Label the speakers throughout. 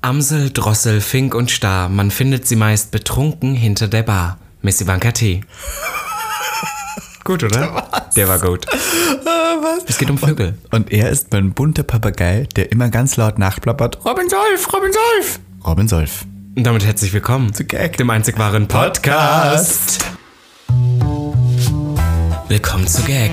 Speaker 1: Amsel, Drossel, Fink und Star. Man findet sie meist betrunken hinter der Bar. Miss Ivanka T. Gut, oder? Der, war gut. Es geht um Vögel.
Speaker 2: Und er ist mein bunter Papagei, der immer ganz laut nachplappert. Robin Solf, Robin Solf. Robin Solf.
Speaker 1: Und damit herzlich willkommen zu
Speaker 2: Gag.
Speaker 1: dem einzig wahren Podcast. Willkommen zu Gag.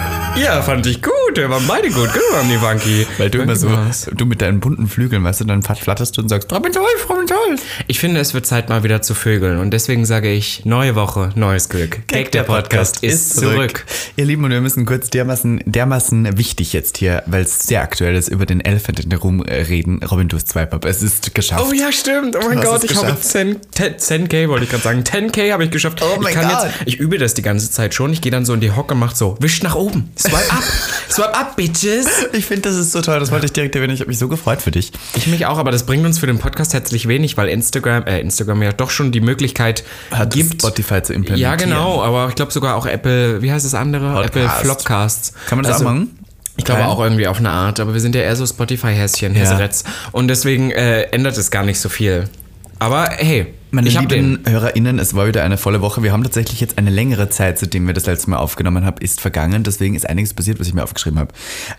Speaker 1: Ja, fand ich gut. Wir waren beide gut. Good one, Ivanki.
Speaker 2: Weil du immer so, du mit deinen bunten Flügeln, weißt du, dann fat- flatterst du und sagst, Robin Solf, Robin Solf.
Speaker 1: Ich finde, es wird Zeit, mal wieder zu vögeln. Und deswegen sage ich, neue Woche, neues Glück. Gag, der Podcast ist zurück.
Speaker 2: Ihr Lieben, und wir müssen kurz dermaßen, dermaßen wichtig jetzt hier, weil es sehr aktuell ist, über den Elephant in the Room äh, reden. Robin, du hast zwei Papa. Es ist geschafft.
Speaker 1: Oh ja, stimmt. Oh mein
Speaker 2: Du hast
Speaker 1: Gott,
Speaker 2: es
Speaker 1: ich habe
Speaker 2: geschafft.
Speaker 1: 10, 10, 10k, wollte ich gerade sagen. 10k habe ich geschafft.
Speaker 2: Oh
Speaker 1: ich
Speaker 2: mein
Speaker 1: kann
Speaker 2: Gott.
Speaker 1: jetzt, ich übe das die ganze Zeit schon. Ich gehe dann so in die Hocke, mach so, wisch nach oben. Swipe up. Swipe up, Bitches.
Speaker 2: Ich finde, das ist so toll. Das wollte ich direkt erwähnen. Ich habe mich so gefreut für dich.
Speaker 1: Ich mich auch, aber das bringt uns für den Podcast herzlich wenig, weil Instagram, äh, Instagram ja doch schon die Möglichkeit
Speaker 2: Hat
Speaker 1: gibt.
Speaker 2: Spotify zu implementieren.
Speaker 1: Ja, genau, aber ich glaube sogar auch Apple, wie heißt das andere?
Speaker 2: Podcast.
Speaker 1: Apple Flopcasts.
Speaker 2: Kann man das auch machen?
Speaker 1: Ich glaube
Speaker 2: Kein?
Speaker 1: auch irgendwie auf eine Art, aber wir sind ja eher so Spotify-Häschen, Häseretz. Und deswegen äh, ändert es gar nicht so viel. Aber hey,
Speaker 2: Meine
Speaker 1: ich hab den.
Speaker 2: lieben HörerInnen, es war wieder eine volle Woche. Wir haben tatsächlich jetzt eine längere Zeit, seitdem wir das letzte Mal aufgenommen haben, ist vergangen. Deswegen ist einiges passiert, was ich mir aufgeschrieben habe.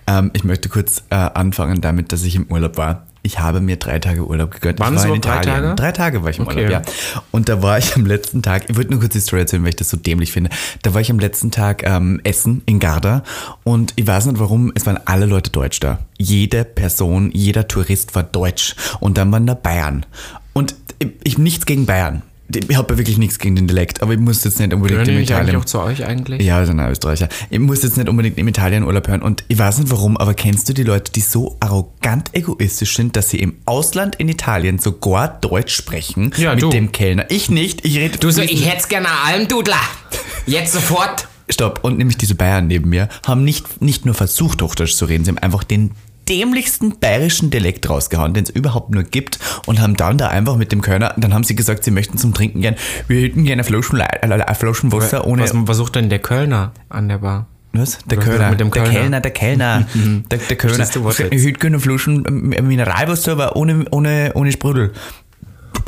Speaker 2: Ähm, ich möchte kurz äh, anfangen damit, dass ich im Urlaub war. Ich habe mir drei Tage Urlaub gegönnt.
Speaker 1: Waren
Speaker 2: ich
Speaker 1: es
Speaker 2: war in
Speaker 1: überhaupt drei
Speaker 2: Italien.
Speaker 1: Tage?
Speaker 2: Drei Tage war ich im
Speaker 1: ne? Okay.
Speaker 2: Urlaub, ja. Und da war ich am letzten Tag, ich würde nur kurz die Story erzählen, weil ich das so dämlich finde. Da war ich am letzten Tag ähm, essen in Garda und ich weiß nicht warum, es waren alle Leute Deutsch da. Jede Person, jeder Tourist war Deutsch und dann waren da Bayern. Und ich, ich nichts gegen Bayern. Ich habe wirklich nichts gegen den Dialekt, aber ich muss jetzt nicht unbedingt
Speaker 1: Hören die
Speaker 2: im
Speaker 1: nicht eigentlich
Speaker 2: Italien.
Speaker 1: auch zu euch eigentlich?
Speaker 2: Ja, wir sind ein Österreicher. Ich muss jetzt nicht unbedingt im Italien Urlaub hören und ich weiß nicht warum, aber kennst du die Leute, die so arrogant egoistisch sind, dass sie im Ausland in Italien sogar Deutsch sprechen
Speaker 1: Ja,
Speaker 2: mit
Speaker 1: du.
Speaker 2: dem Kellner? Ich nicht, ich rede
Speaker 1: hätte gerne einen Almdudler. Jetzt sofort.
Speaker 2: Stopp, und nämlich diese Bayern neben mir haben nicht, nicht nur versucht, Hochdeutsch zu reden, sie haben einfach den dämlichsten bayerischen Dialekt rausgehauen, den es überhaupt nur gibt und haben dann da einfach mit dem Kellner, dann haben sie gesagt, sie möchten zum Trinken gern, wir hätten gerne Flaschen, Le- äh, äh, Flaschen Wasser ohne...
Speaker 1: Was, was sucht denn der Kölner an der Bar?
Speaker 2: Was? Der
Speaker 1: Was
Speaker 2: Kölner. Mhm.
Speaker 1: mit dem
Speaker 2: der
Speaker 1: Kölner?
Speaker 2: Kellner, der Kellner. der, der Kölner.
Speaker 1: Verstehst du, was jetzt?
Speaker 2: Ich hätte gerne Flaschen ähm, Mineralwasser, aber ohne, ohne, ohne Sprudel.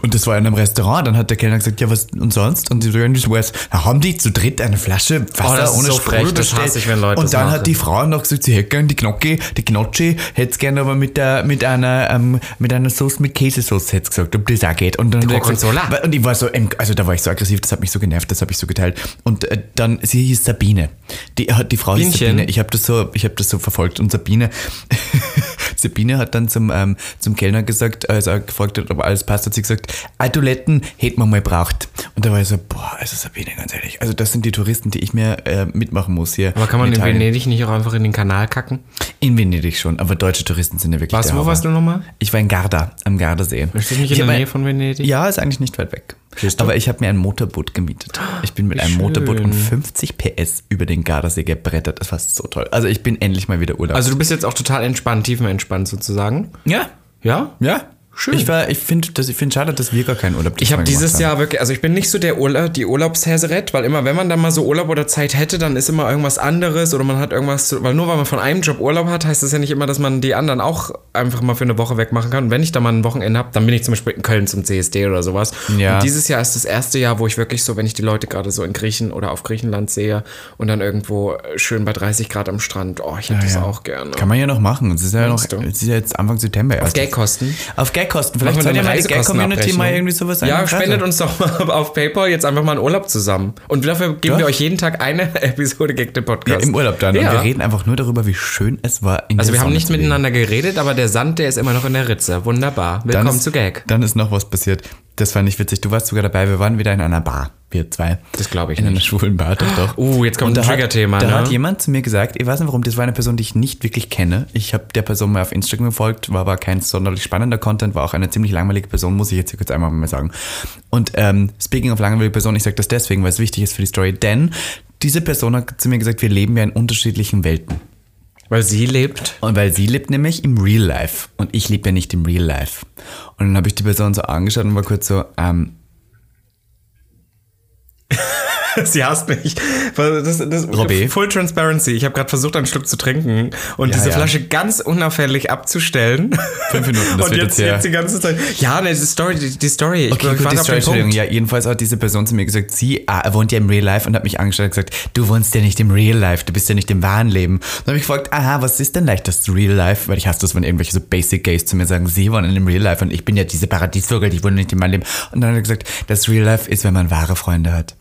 Speaker 2: Und das war in einem Restaurant. Dann hat der Kellner gesagt, ja, was und sonst? Und die so, ja, das war's. Da haben die zu dritt eine Flasche Wasser
Speaker 1: Oh, das ist
Speaker 2: ohne
Speaker 1: so frech.
Speaker 2: Sprudel
Speaker 1: Das hasse
Speaker 2: bestellt.
Speaker 1: ich, wenn Leute das
Speaker 2: Und dann
Speaker 1: machen.
Speaker 2: hat die Frau noch gesagt, sie hätte gerne die Gnocchi, die Gnocchi hätte es gerne aber mit, der, mit, einer, ähm, mit einer Sauce, mit Käsesauce, hätte gesagt, ob das auch geht. Und dann hat er gesagt,
Speaker 1: Gorgonzola.
Speaker 2: weil- und ich war so, ähm, also da war ich so aggressiv, das hat mich so genervt, das habe ich so geteilt. Und äh, dann, sie hieß Sabine. Die, hat- die Frau hieß
Speaker 1: Bienchen.
Speaker 2: Sabine. Ich habe das, so, ich hab das so verfolgt. Und Sabine, Sabine hat dann zum, ähm, zum Kellner gesagt, als er gefragt hat, ob alles passt, hat sie gesagt, ah, Toiletten hätten wir mal braucht. Und da war ich so, boah, also Sabine, ganz ehrlich. Also das sind die Touristen, die ich mir äh, mitmachen muss hier.
Speaker 1: Aber kann man in,
Speaker 2: Italien.
Speaker 1: Venedig nicht auch einfach in den Kanal kacken?
Speaker 2: In Venedig schon, aber deutsche Touristen sind ja wirklich
Speaker 1: Was,
Speaker 2: der
Speaker 1: wo
Speaker 2: Horror.
Speaker 1: warst du nochmal?
Speaker 2: Ich war in Garda, am Gardasee.
Speaker 1: Ist das nicht in
Speaker 2: Ich
Speaker 1: der
Speaker 2: hab ein-
Speaker 1: Nähe von Venedig?
Speaker 2: ja, ist eigentlich nicht weit weg.
Speaker 1: Verstehst du?
Speaker 2: Aber ich habe mir ein Motorboot gemietet. Ich bin mit
Speaker 1: Wie
Speaker 2: einem Motorboot
Speaker 1: schön.
Speaker 2: und 50 PS über den Gardasee gebrettert. Das war so toll. Also ich bin endlich mal wieder Urlaub.
Speaker 1: Also du bist jetzt auch total entspannt, tiefenentspannt sozusagen.
Speaker 2: ja,
Speaker 1: Ja?
Speaker 2: ja,
Speaker 1: Schön.
Speaker 2: schön. Ich war, ich finde, das- ich finde schade, dass wir gar keinen Urlaub
Speaker 1: Ich habe
Speaker 2: diesmal
Speaker 1: dieses
Speaker 2: gemacht haben.
Speaker 1: Jahr wirklich, also ich bin nicht so der Urla die Urlaubshäserett, weil immer, wenn man dann mal so Urlaub oder Zeit hätte, dann ist immer irgendwas anderes oder man hat irgendwas, zu, weil nur weil man von einem Job Urlaub hat, heißt das ja nicht immer, dass man die anderen auch einfach mal für eine Woche wegmachen kann. Und wenn ich da mal ein Wochenende habe, dann bin ich zum Beispiel in Köln zum CSD oder sowas.
Speaker 2: Ja.
Speaker 1: Und dieses Jahr ist das erste Jahr, wo ich wirklich so, wenn ich die Leute gerade so in Griechen oder auf Griechenland sehe und dann irgendwo schön bei 30 Grad am Strand, oh, ich hätte das
Speaker 2: Ja.
Speaker 1: auch gerne.
Speaker 2: Kann man ja noch machen. Es ist ja noch,
Speaker 1: Meinst du?
Speaker 2: es ist ja jetzt Anfang September erst.
Speaker 1: Geldkosten.
Speaker 2: Auf Gagkosten.
Speaker 1: Machen
Speaker 2: Vielleicht
Speaker 1: wir
Speaker 2: sollte
Speaker 1: eine
Speaker 2: mal die Gag-Community
Speaker 1: Reisekostenabrechnung.
Speaker 2: mal irgendwie sowas
Speaker 1: ne? Ja,
Speaker 2: eine Reise-
Speaker 1: spendet uns doch mal auf PayPal jetzt einfach mal einen Urlaub zusammen. Und dafür geben
Speaker 2: Ja.
Speaker 1: wir euch jeden Tag eine Episode Gag den
Speaker 2: Ja,
Speaker 1: Podcast.
Speaker 2: im Urlaub dann.
Speaker 1: Ja.
Speaker 2: Und wir reden einfach nur darüber, wie schön es war. In
Speaker 1: also
Speaker 2: der
Speaker 1: wir haben
Speaker 2: Sonne
Speaker 1: nicht
Speaker 2: zu liegen.
Speaker 1: miteinander geredet, aber der Sand, der ist immer noch in der Ritze. Wunderbar.
Speaker 2: Dann
Speaker 1: Willkommen
Speaker 2: ist,
Speaker 1: zu Gag.
Speaker 2: Dann ist noch was passiert. Das fand ich witzig. Du warst sogar dabei. Wir waren wieder in einer Bar. wir zwei.
Speaker 1: Das glaube ich
Speaker 2: In einer
Speaker 1: nicht.
Speaker 2: schwulen Bar, doch, doch.
Speaker 1: Uh, jetzt kommt
Speaker 2: Und
Speaker 1: ein
Speaker 2: da hat-
Speaker 1: Triggerthema,
Speaker 2: Da
Speaker 1: ne?
Speaker 2: hat jemand zu mir gesagt, ich weiß nicht warum, das war eine Person, die ich nicht wirklich kenne. Ich habe der Person mal auf Instagram gefolgt, war aber kein sonderlich spannender Content, war auch eine ziemlich langweilige Person, muss ich jetzt kurz einmal mal sagen. Und ähm, speaking of langweilige Person, ich sage das deswegen, weil es wichtig ist für die Story, denn diese Person hat zu mir gesagt, wir leben ja in unterschiedlichen Welten.
Speaker 1: Weil sie lebt.
Speaker 2: Und weil sie lebt nämlich im Real Life und ich lebe ja nicht im Real Life. Und dann habe ich die Person so angeschaut und war kurz so, ähm,
Speaker 1: sie hasst mich. Das, das,
Speaker 2: Robby?
Speaker 1: Full Transparency. Ich habe gerade versucht, einen Schluck zu trinken und
Speaker 2: Ja,
Speaker 1: diese
Speaker 2: ja.
Speaker 1: Flasche ganz unauffällig abzustellen.
Speaker 2: Fünf Minuten, das
Speaker 1: und
Speaker 2: wird
Speaker 1: jetzt,
Speaker 2: jetzt ja-
Speaker 1: jetzt die ganze Zeit. Ja, ne, die Story, die, die Story. Ich,
Speaker 2: Okay,
Speaker 1: glaub, ich
Speaker 2: gut, die
Speaker 1: warte auf
Speaker 2: Story,
Speaker 1: den
Speaker 2: Entschuldigung.
Speaker 1: Punkt.
Speaker 2: Ja, jedenfalls hat diese Person zu mir gesagt, sie ah, wohnt ja im Real Life und hat mich angeschaut und gesagt, du wohnst ja nicht im Real Life, du bist ja nicht im wahren Leben. Dann habe ich gefragt, aha, was ist denn leicht das Real Life? Weil ich hasse das, wenn irgendwelche so Basic Gays zu mir sagen, sie wohnen in dem Real Life und ich bin ja diese Paradiesvogel, die wohne nicht in meinem Leben. Und dann hat er gesagt, das Real Life ist, wenn man wahre Freunde hat.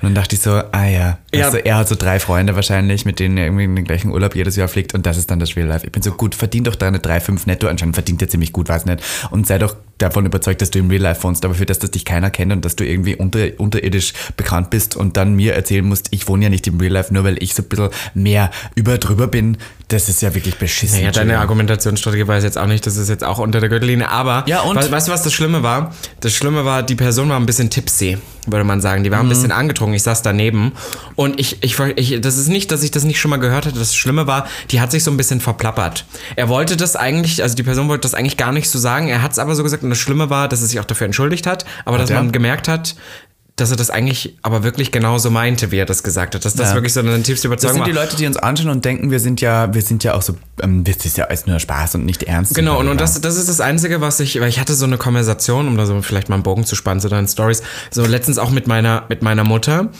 Speaker 2: Und dann dachte ich so, ah ja,
Speaker 1: Ja.
Speaker 2: also er hat so drei Freunde wahrscheinlich, mit denen er irgendwie in den gleichen Urlaub jedes Jahr fliegt und das ist dann das Real Life. Ich bin so gut, verdient doch deine 3,5 netto, anscheinend verdient er ziemlich gut, weiß nicht. Und sei doch davon überzeugt, dass du im Real Life wohnst, aber für das, dass dich keiner kennt und dass du irgendwie unter, unterirdisch bekannt bist und dann mir erzählen musst, ich wohne ja nicht im Real Life, nur weil ich so ein bisschen mehr über drüber bin, das ist ja wirklich beschissen.
Speaker 1: Ja, deine Argumentationsstrategie war es jetzt auch nicht, das ist jetzt auch unter der Gürtellinie, aber
Speaker 2: Ja, und?
Speaker 1: we- weißt du, was das Schlimme war? Das Schlimme war, die Person war ein bisschen tipsy, würde man sagen. Die
Speaker 2: Mhm.
Speaker 1: war ein bisschen angetrunken, ich saß daneben und ich, ich, ich, das ist nicht, dass ich das nicht schon mal gehört hatte, das Schlimme war, die hat sich so ein bisschen verplappert. Er wollte das eigentlich, also die Person wollte das eigentlich gar nicht so sagen, er hat es aber so gesagt und das Schlimme war, dass er sich auch dafür entschuldigt hat, aber dass
Speaker 2: er?
Speaker 1: man gemerkt hat, dass er das eigentlich aber wirklich genauso meinte, wie er das gesagt hat, dass das
Speaker 2: Ja.
Speaker 1: wirklich so eine tiefste
Speaker 2: Das
Speaker 1: Überzeugung
Speaker 2: sind die
Speaker 1: war.
Speaker 2: Leute, die uns anschauen und denken, wir sind ja, wir sind ja auch so, ähm, das ist ja alles nur Spaß und nicht ernst.
Speaker 1: Genau, und, und
Speaker 2: das
Speaker 1: das, das ist das Einzige, was ich, weil ich hatte so eine Konversation, um da so vielleicht mal einen Bogen zu spannen zu deinen Stories, so letztens auch mit meiner, mit meiner Mutter.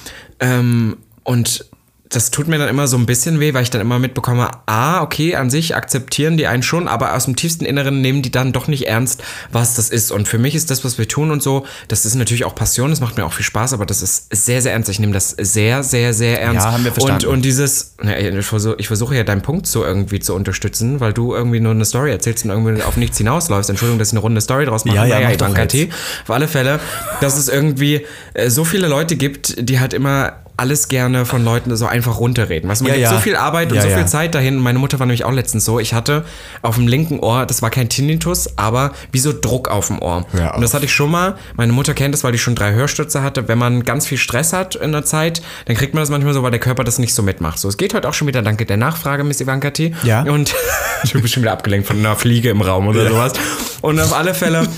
Speaker 1: Ähm, und das tut mir dann immer so ein bisschen weh, weil ich dann immer mitbekomme, ah, okay, an sich akzeptieren die einen schon, aber aus dem tiefsten Inneren nehmen die dann doch nicht ernst, was das ist. Und für mich ist das, was wir tun und so, das ist natürlich auch Passion, das macht mir auch viel Spaß, aber das ist sehr, sehr ernst. Ich nehme das sehr, sehr, sehr ernst.
Speaker 2: Ja, haben wir verstanden.
Speaker 1: Und, und dieses, na, ich versuche, ich versuche ja deinen Punkt so irgendwie zu unterstützen, weil du irgendwie nur eine Story erzählst und irgendwie auf nichts hinausläufst. Entschuldigung, dass ich eine runde Story draus mache.
Speaker 2: Ja, ja,
Speaker 1: Naja,
Speaker 2: mach
Speaker 1: ich
Speaker 2: doch
Speaker 1: danke
Speaker 2: jetzt.
Speaker 1: dir. Auf alle Fälle, dass es irgendwie äh, so viele Leute gibt, die halt immer alles gerne von Leuten so einfach runterreden. Weißt du, man
Speaker 2: Ja,
Speaker 1: gibt
Speaker 2: ja.
Speaker 1: so viel Arbeit und
Speaker 2: Ja,
Speaker 1: so viel
Speaker 2: ja.
Speaker 1: Zeit dahin. Meine Mutter war nämlich auch letztens so. Ich hatte auf dem linken Ohr, das war kein Tinnitus, aber wie so Druck auf dem Ohr.
Speaker 2: Hör
Speaker 1: und das
Speaker 2: auf.
Speaker 1: hatte ich schon mal. Meine Mutter kennt das, weil die schon drei Hörstütze hatte. Wenn man ganz viel Stress hat in der Zeit, dann kriegt man das manchmal so, weil der Körper das nicht so mitmacht. So, es geht heute auch schon wieder. Danke der Nachfrage, Miss Ivanka T.
Speaker 2: Ja.
Speaker 1: Und ich bin schon wieder abgelenkt von einer Fliege im Raum oder sowas. Und auf alle Fälle.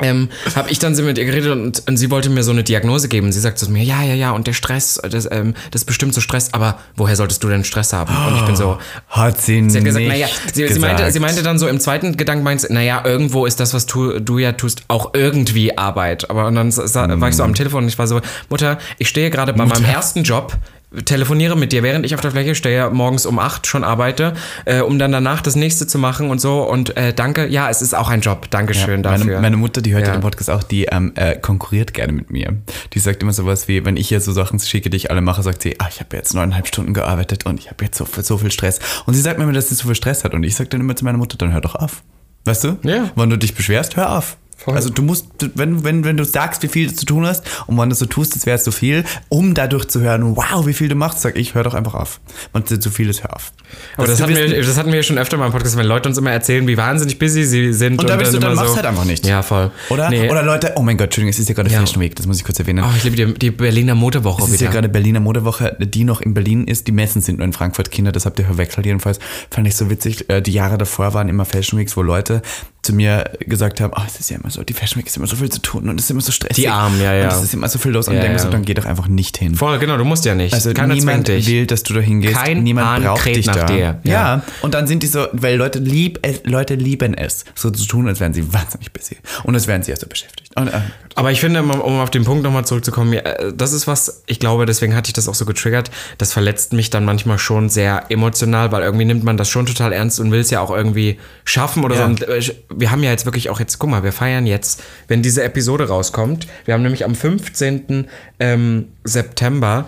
Speaker 1: Ähm, habe ich dann so mit ihr geredet und, und sie wollte mir so eine Diagnose geben. Sie sagt zu mir, ja, ja, ja, und der Stress, das, ähm, das ist bestimmt so Stress, aber woher solltest du denn Stress haben? Und ich bin so,
Speaker 2: Hat sie,
Speaker 1: Sie hat gesagt,
Speaker 2: nicht
Speaker 1: naja, sie, Sie, meinte, sie meinte dann so im zweiten Gedanken, meinte, sie, naja, irgendwo ist das, was tu, du ja tust, auch irgendwie Arbeit. Aber und dann sa- war
Speaker 2: Mhm.
Speaker 1: ich so am Telefon und ich war so, Mutter, ich stehe gerade bei meinem ersten Job, telefoniere mit dir, während ich auf der Fläche stehe, morgens um acht schon arbeite, äh, um dann danach das nächste zu machen und so. Und äh, danke, ja, es ist auch ein Job. Dankeschön dafür.
Speaker 2: Meine, meine Mutter, die hört
Speaker 1: Ja.
Speaker 2: ja. den Podcast auch, die ähm, äh, konkurriert gerne mit mir. Die sagt immer sowas wie, wenn ich ihr so Sachen schicke, die ich alle mache, sagt sie, ah, ich habe jetzt neuneinhalb Stunden gearbeitet und ich habe jetzt so, viel- so viel Stress. Und sie sagt mir immer, dass sie so viel Stress hat. Und ich sage dann immer zu meiner Mutter, dann hör doch auf. Weißt du?
Speaker 1: Ja.
Speaker 2: Wenn du dich beschwerst, hör auf.
Speaker 1: Voll.
Speaker 2: Also du musst, du- wenn, wenn, wenn du sagst, wie viel du zu tun hast und wann du so tust, als wäre es so viel, um dadurch zu hören, wow, wie viel du machst, sag ich, hör doch einfach auf. Wenn es zu viel ist, hör auf.
Speaker 1: Aber das
Speaker 2: Dass du
Speaker 1: hatten,
Speaker 2: wissen-
Speaker 1: wir, das hatten wir schon öfter mal im Podcast, wenn Leute uns immer erzählen, wie wahnsinnig busy sie sind.
Speaker 2: Und da bist du, dann
Speaker 1: immer
Speaker 2: mach's halt einfach nicht.
Speaker 1: Ja, voll.
Speaker 2: Oder?
Speaker 1: Nee.
Speaker 2: Oder Leute, oh mein Gott, Entschuldigung, es ist ja gerade Fashion Week, das muss ich kurz erwähnen.
Speaker 1: oh, ich liebe die, die Berliner Motorwoche
Speaker 2: es ist ja
Speaker 1: wieder.
Speaker 2: gerade Berliner Modewoche, die noch in Berlin ist. Die Messen sind nur in Frankfurt, Kinder, das habt ihr verwechselt jedenfalls. Fand ich so witzig. Äh, Die Jahre davor waren immer Fashion Weeks, wo Leute zu mir gesagt haben, oh, es ist ja immer so, die Fashion Week ist immer so viel zu tun und es ist immer so stressig.
Speaker 1: Die Armen, ja, ja.
Speaker 2: Und es ist immer so viel los und
Speaker 1: Ja,
Speaker 2: ja, denke
Speaker 1: ja.
Speaker 2: so, dann geh doch einfach nicht hin.
Speaker 1: Voll, genau, du musst ja nicht.
Speaker 2: Also
Speaker 1: Keiner zwingt
Speaker 2: niemand
Speaker 1: dich.
Speaker 2: will, dass du da hingehst.
Speaker 1: Kein
Speaker 2: niemand
Speaker 1: Hahn
Speaker 2: braucht
Speaker 1: kräht
Speaker 2: dich
Speaker 1: nach
Speaker 2: da.
Speaker 1: dir.
Speaker 2: Ja. und dann sind die so, weil Leute, lieb es, Leute lieben es, so zu tun, als wären sie wahnsinnig busy. Und als wären sie ja so beschäftigt. Und, äh,
Speaker 1: Aber ich finde, um, um auf den Punkt nochmal zurückzukommen, ja, äh, das ist was, ich glaube, deswegen hatte ich das auch so getriggert, das verletzt mich dann manchmal schon sehr emotional, weil irgendwie nimmt man das schon total ernst und will es ja auch irgendwie schaffen oder
Speaker 2: Ja.
Speaker 1: so. Und äh, wir haben ja jetzt wirklich auch jetzt, guck mal, wir feiern jetzt, wenn diese Episode rauskommt, wir haben nämlich am 15. Ähm, September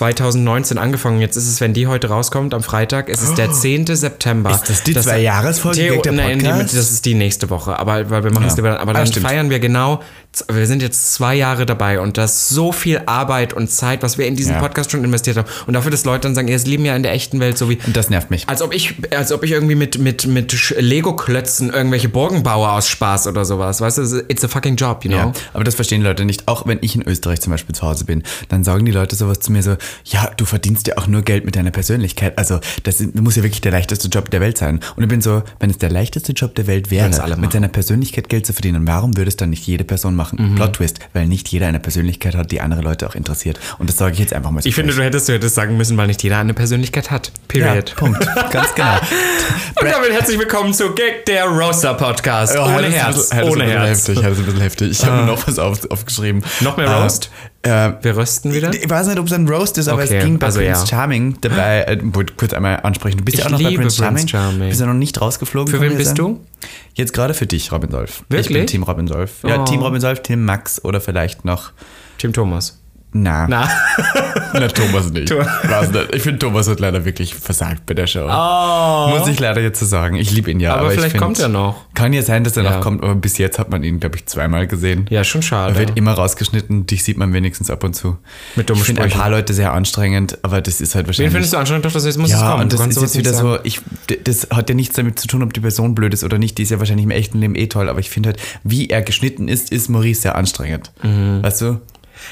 Speaker 1: 2019 angefangen. Jetzt ist es, wenn die heute rauskommt, am Freitag, ist es der 10. September.
Speaker 2: Oh. Ist das die Zwei-Jahres-Folge,
Speaker 1: Theo-
Speaker 2: der
Speaker 1: Nein, die-
Speaker 2: Podcast?
Speaker 1: das ist die nächste Woche, aber weil wir machen es lieber dann. Aber
Speaker 2: Ah,
Speaker 1: dann
Speaker 2: stimmt.
Speaker 1: feiern wir genau wir sind jetzt zwei Jahre dabei und das so viel Arbeit und Zeit, was wir in diesen
Speaker 2: Ja.
Speaker 1: Podcast schon investiert haben. Und dafür, dass Leute dann sagen, ihr leben ja in der echten Welt, so wie.
Speaker 2: Und das nervt mich.
Speaker 1: Als ob ich, als ob ich irgendwie mit, mit, mit Sch- Lego-Klötzen irgendwelche Burgen baue aus Spaß oder sowas. Weißt du, it's a fucking job, you know?
Speaker 2: Ja, aber das verstehen Leute nicht. Auch wenn ich in Österreich zum Beispiel zu Hause bin, dann sagen die Leute sowas zu mir so, ja, du verdienst ja auch nur Geld mit deiner Persönlichkeit. Also das ist- muss ja wirklich der leichteste Job der Welt sein. Und ich bin so, wenn es der leichteste Job der Welt wäre,
Speaker 1: Würden's alle machen.
Speaker 2: mit seiner Persönlichkeit Geld zu verdienen, warum würde es dann nicht jede Person machen? Plot Twist, weil nicht jeder eine Persönlichkeit hat, die andere Leute auch interessiert. Und das sage ich jetzt einfach mal so.
Speaker 1: Ich finde, du hättest, du hättest sagen müssen, weil nicht jeder eine Persönlichkeit hat.
Speaker 2: ja,
Speaker 1: Period.
Speaker 2: Punkt. Ganz genau.
Speaker 1: Und damit herzlich willkommen zu Gag der Roaster Podcast.
Speaker 2: Ja,
Speaker 1: ohne
Speaker 2: das ist ein
Speaker 1: Herz.
Speaker 2: bisschen- ja, das ist
Speaker 1: ohne
Speaker 2: ein bisschen
Speaker 1: Herz.
Speaker 2: Heftig, ja, das ist ein bisschen heftig. Ich habe mir noch was auf, aufgeschrieben.
Speaker 1: Noch mehr
Speaker 2: Äh,
Speaker 1: Roast?
Speaker 2: Äh,
Speaker 1: Wir rösten wieder.
Speaker 2: Ich weiß nicht, ob es ein Roast ist, aber
Speaker 1: Okay,
Speaker 2: es ging bei
Speaker 1: also
Speaker 2: Prince
Speaker 1: ja.
Speaker 2: Charming dabei. Äh, wollte kurz einmal ansprechen. Du bist ja
Speaker 1: Ich
Speaker 2: auch noch bei
Speaker 1: liebe
Speaker 2: Prince Charming.
Speaker 1: Prince Charming.
Speaker 2: Bist ja noch nicht rausgeflogen.
Speaker 1: Für
Speaker 2: kann
Speaker 1: wen
Speaker 2: man
Speaker 1: bist
Speaker 2: jetzt
Speaker 1: du?
Speaker 2: Jetzt gerade für dich, Robin Solf. Ich bin
Speaker 1: Wirklich?
Speaker 2: Team Robin Solf. Ja,
Speaker 1: Oh.
Speaker 2: Team Robin Solf, Team Max oder vielleicht noch.
Speaker 1: Tim Thomas.
Speaker 2: Na,
Speaker 1: Na.
Speaker 2: na, Thomas nicht.
Speaker 1: Thomas.
Speaker 2: War's nicht. Ich finde, Thomas hat leider wirklich versagt bei der Show.
Speaker 1: Oh.
Speaker 2: Muss ich leider jetzt so sagen. Ich liebe ihn ja.
Speaker 1: Aber
Speaker 2: ich
Speaker 1: vielleicht
Speaker 2: find-
Speaker 1: kommt er noch.
Speaker 2: Kann ja sein, dass er
Speaker 1: Ja.
Speaker 2: noch kommt, aber bis jetzt hat man ihn, glaube ich, zweimal gesehen.
Speaker 1: Ja, schon
Speaker 2: Er
Speaker 1: schade.
Speaker 2: wird immer rausgeschnitten, dich sieht man wenigstens ab und zu.
Speaker 1: Mit dummen
Speaker 2: ich finde ein
Speaker 1: Sprüchen.
Speaker 2: paar Leute sehr anstrengend, aber das ist halt
Speaker 1: Wen
Speaker 2: wahrscheinlich.
Speaker 1: findest du anstrengend? Doch, das jetzt muss es
Speaker 2: ja,
Speaker 1: kommen.
Speaker 2: und
Speaker 1: Du
Speaker 2: das
Speaker 1: kannst
Speaker 2: ist
Speaker 1: sowas
Speaker 2: jetzt wieder
Speaker 1: nicht
Speaker 2: so, ich, d- das hat ja nichts damit zu tun, ob die Person blöd ist oder nicht. Die ist ja wahrscheinlich im echten Leben eh toll, aber ich finde halt, wie er geschnitten ist, ist Maurice sehr anstrengend. Weißt du?
Speaker 1: sagen.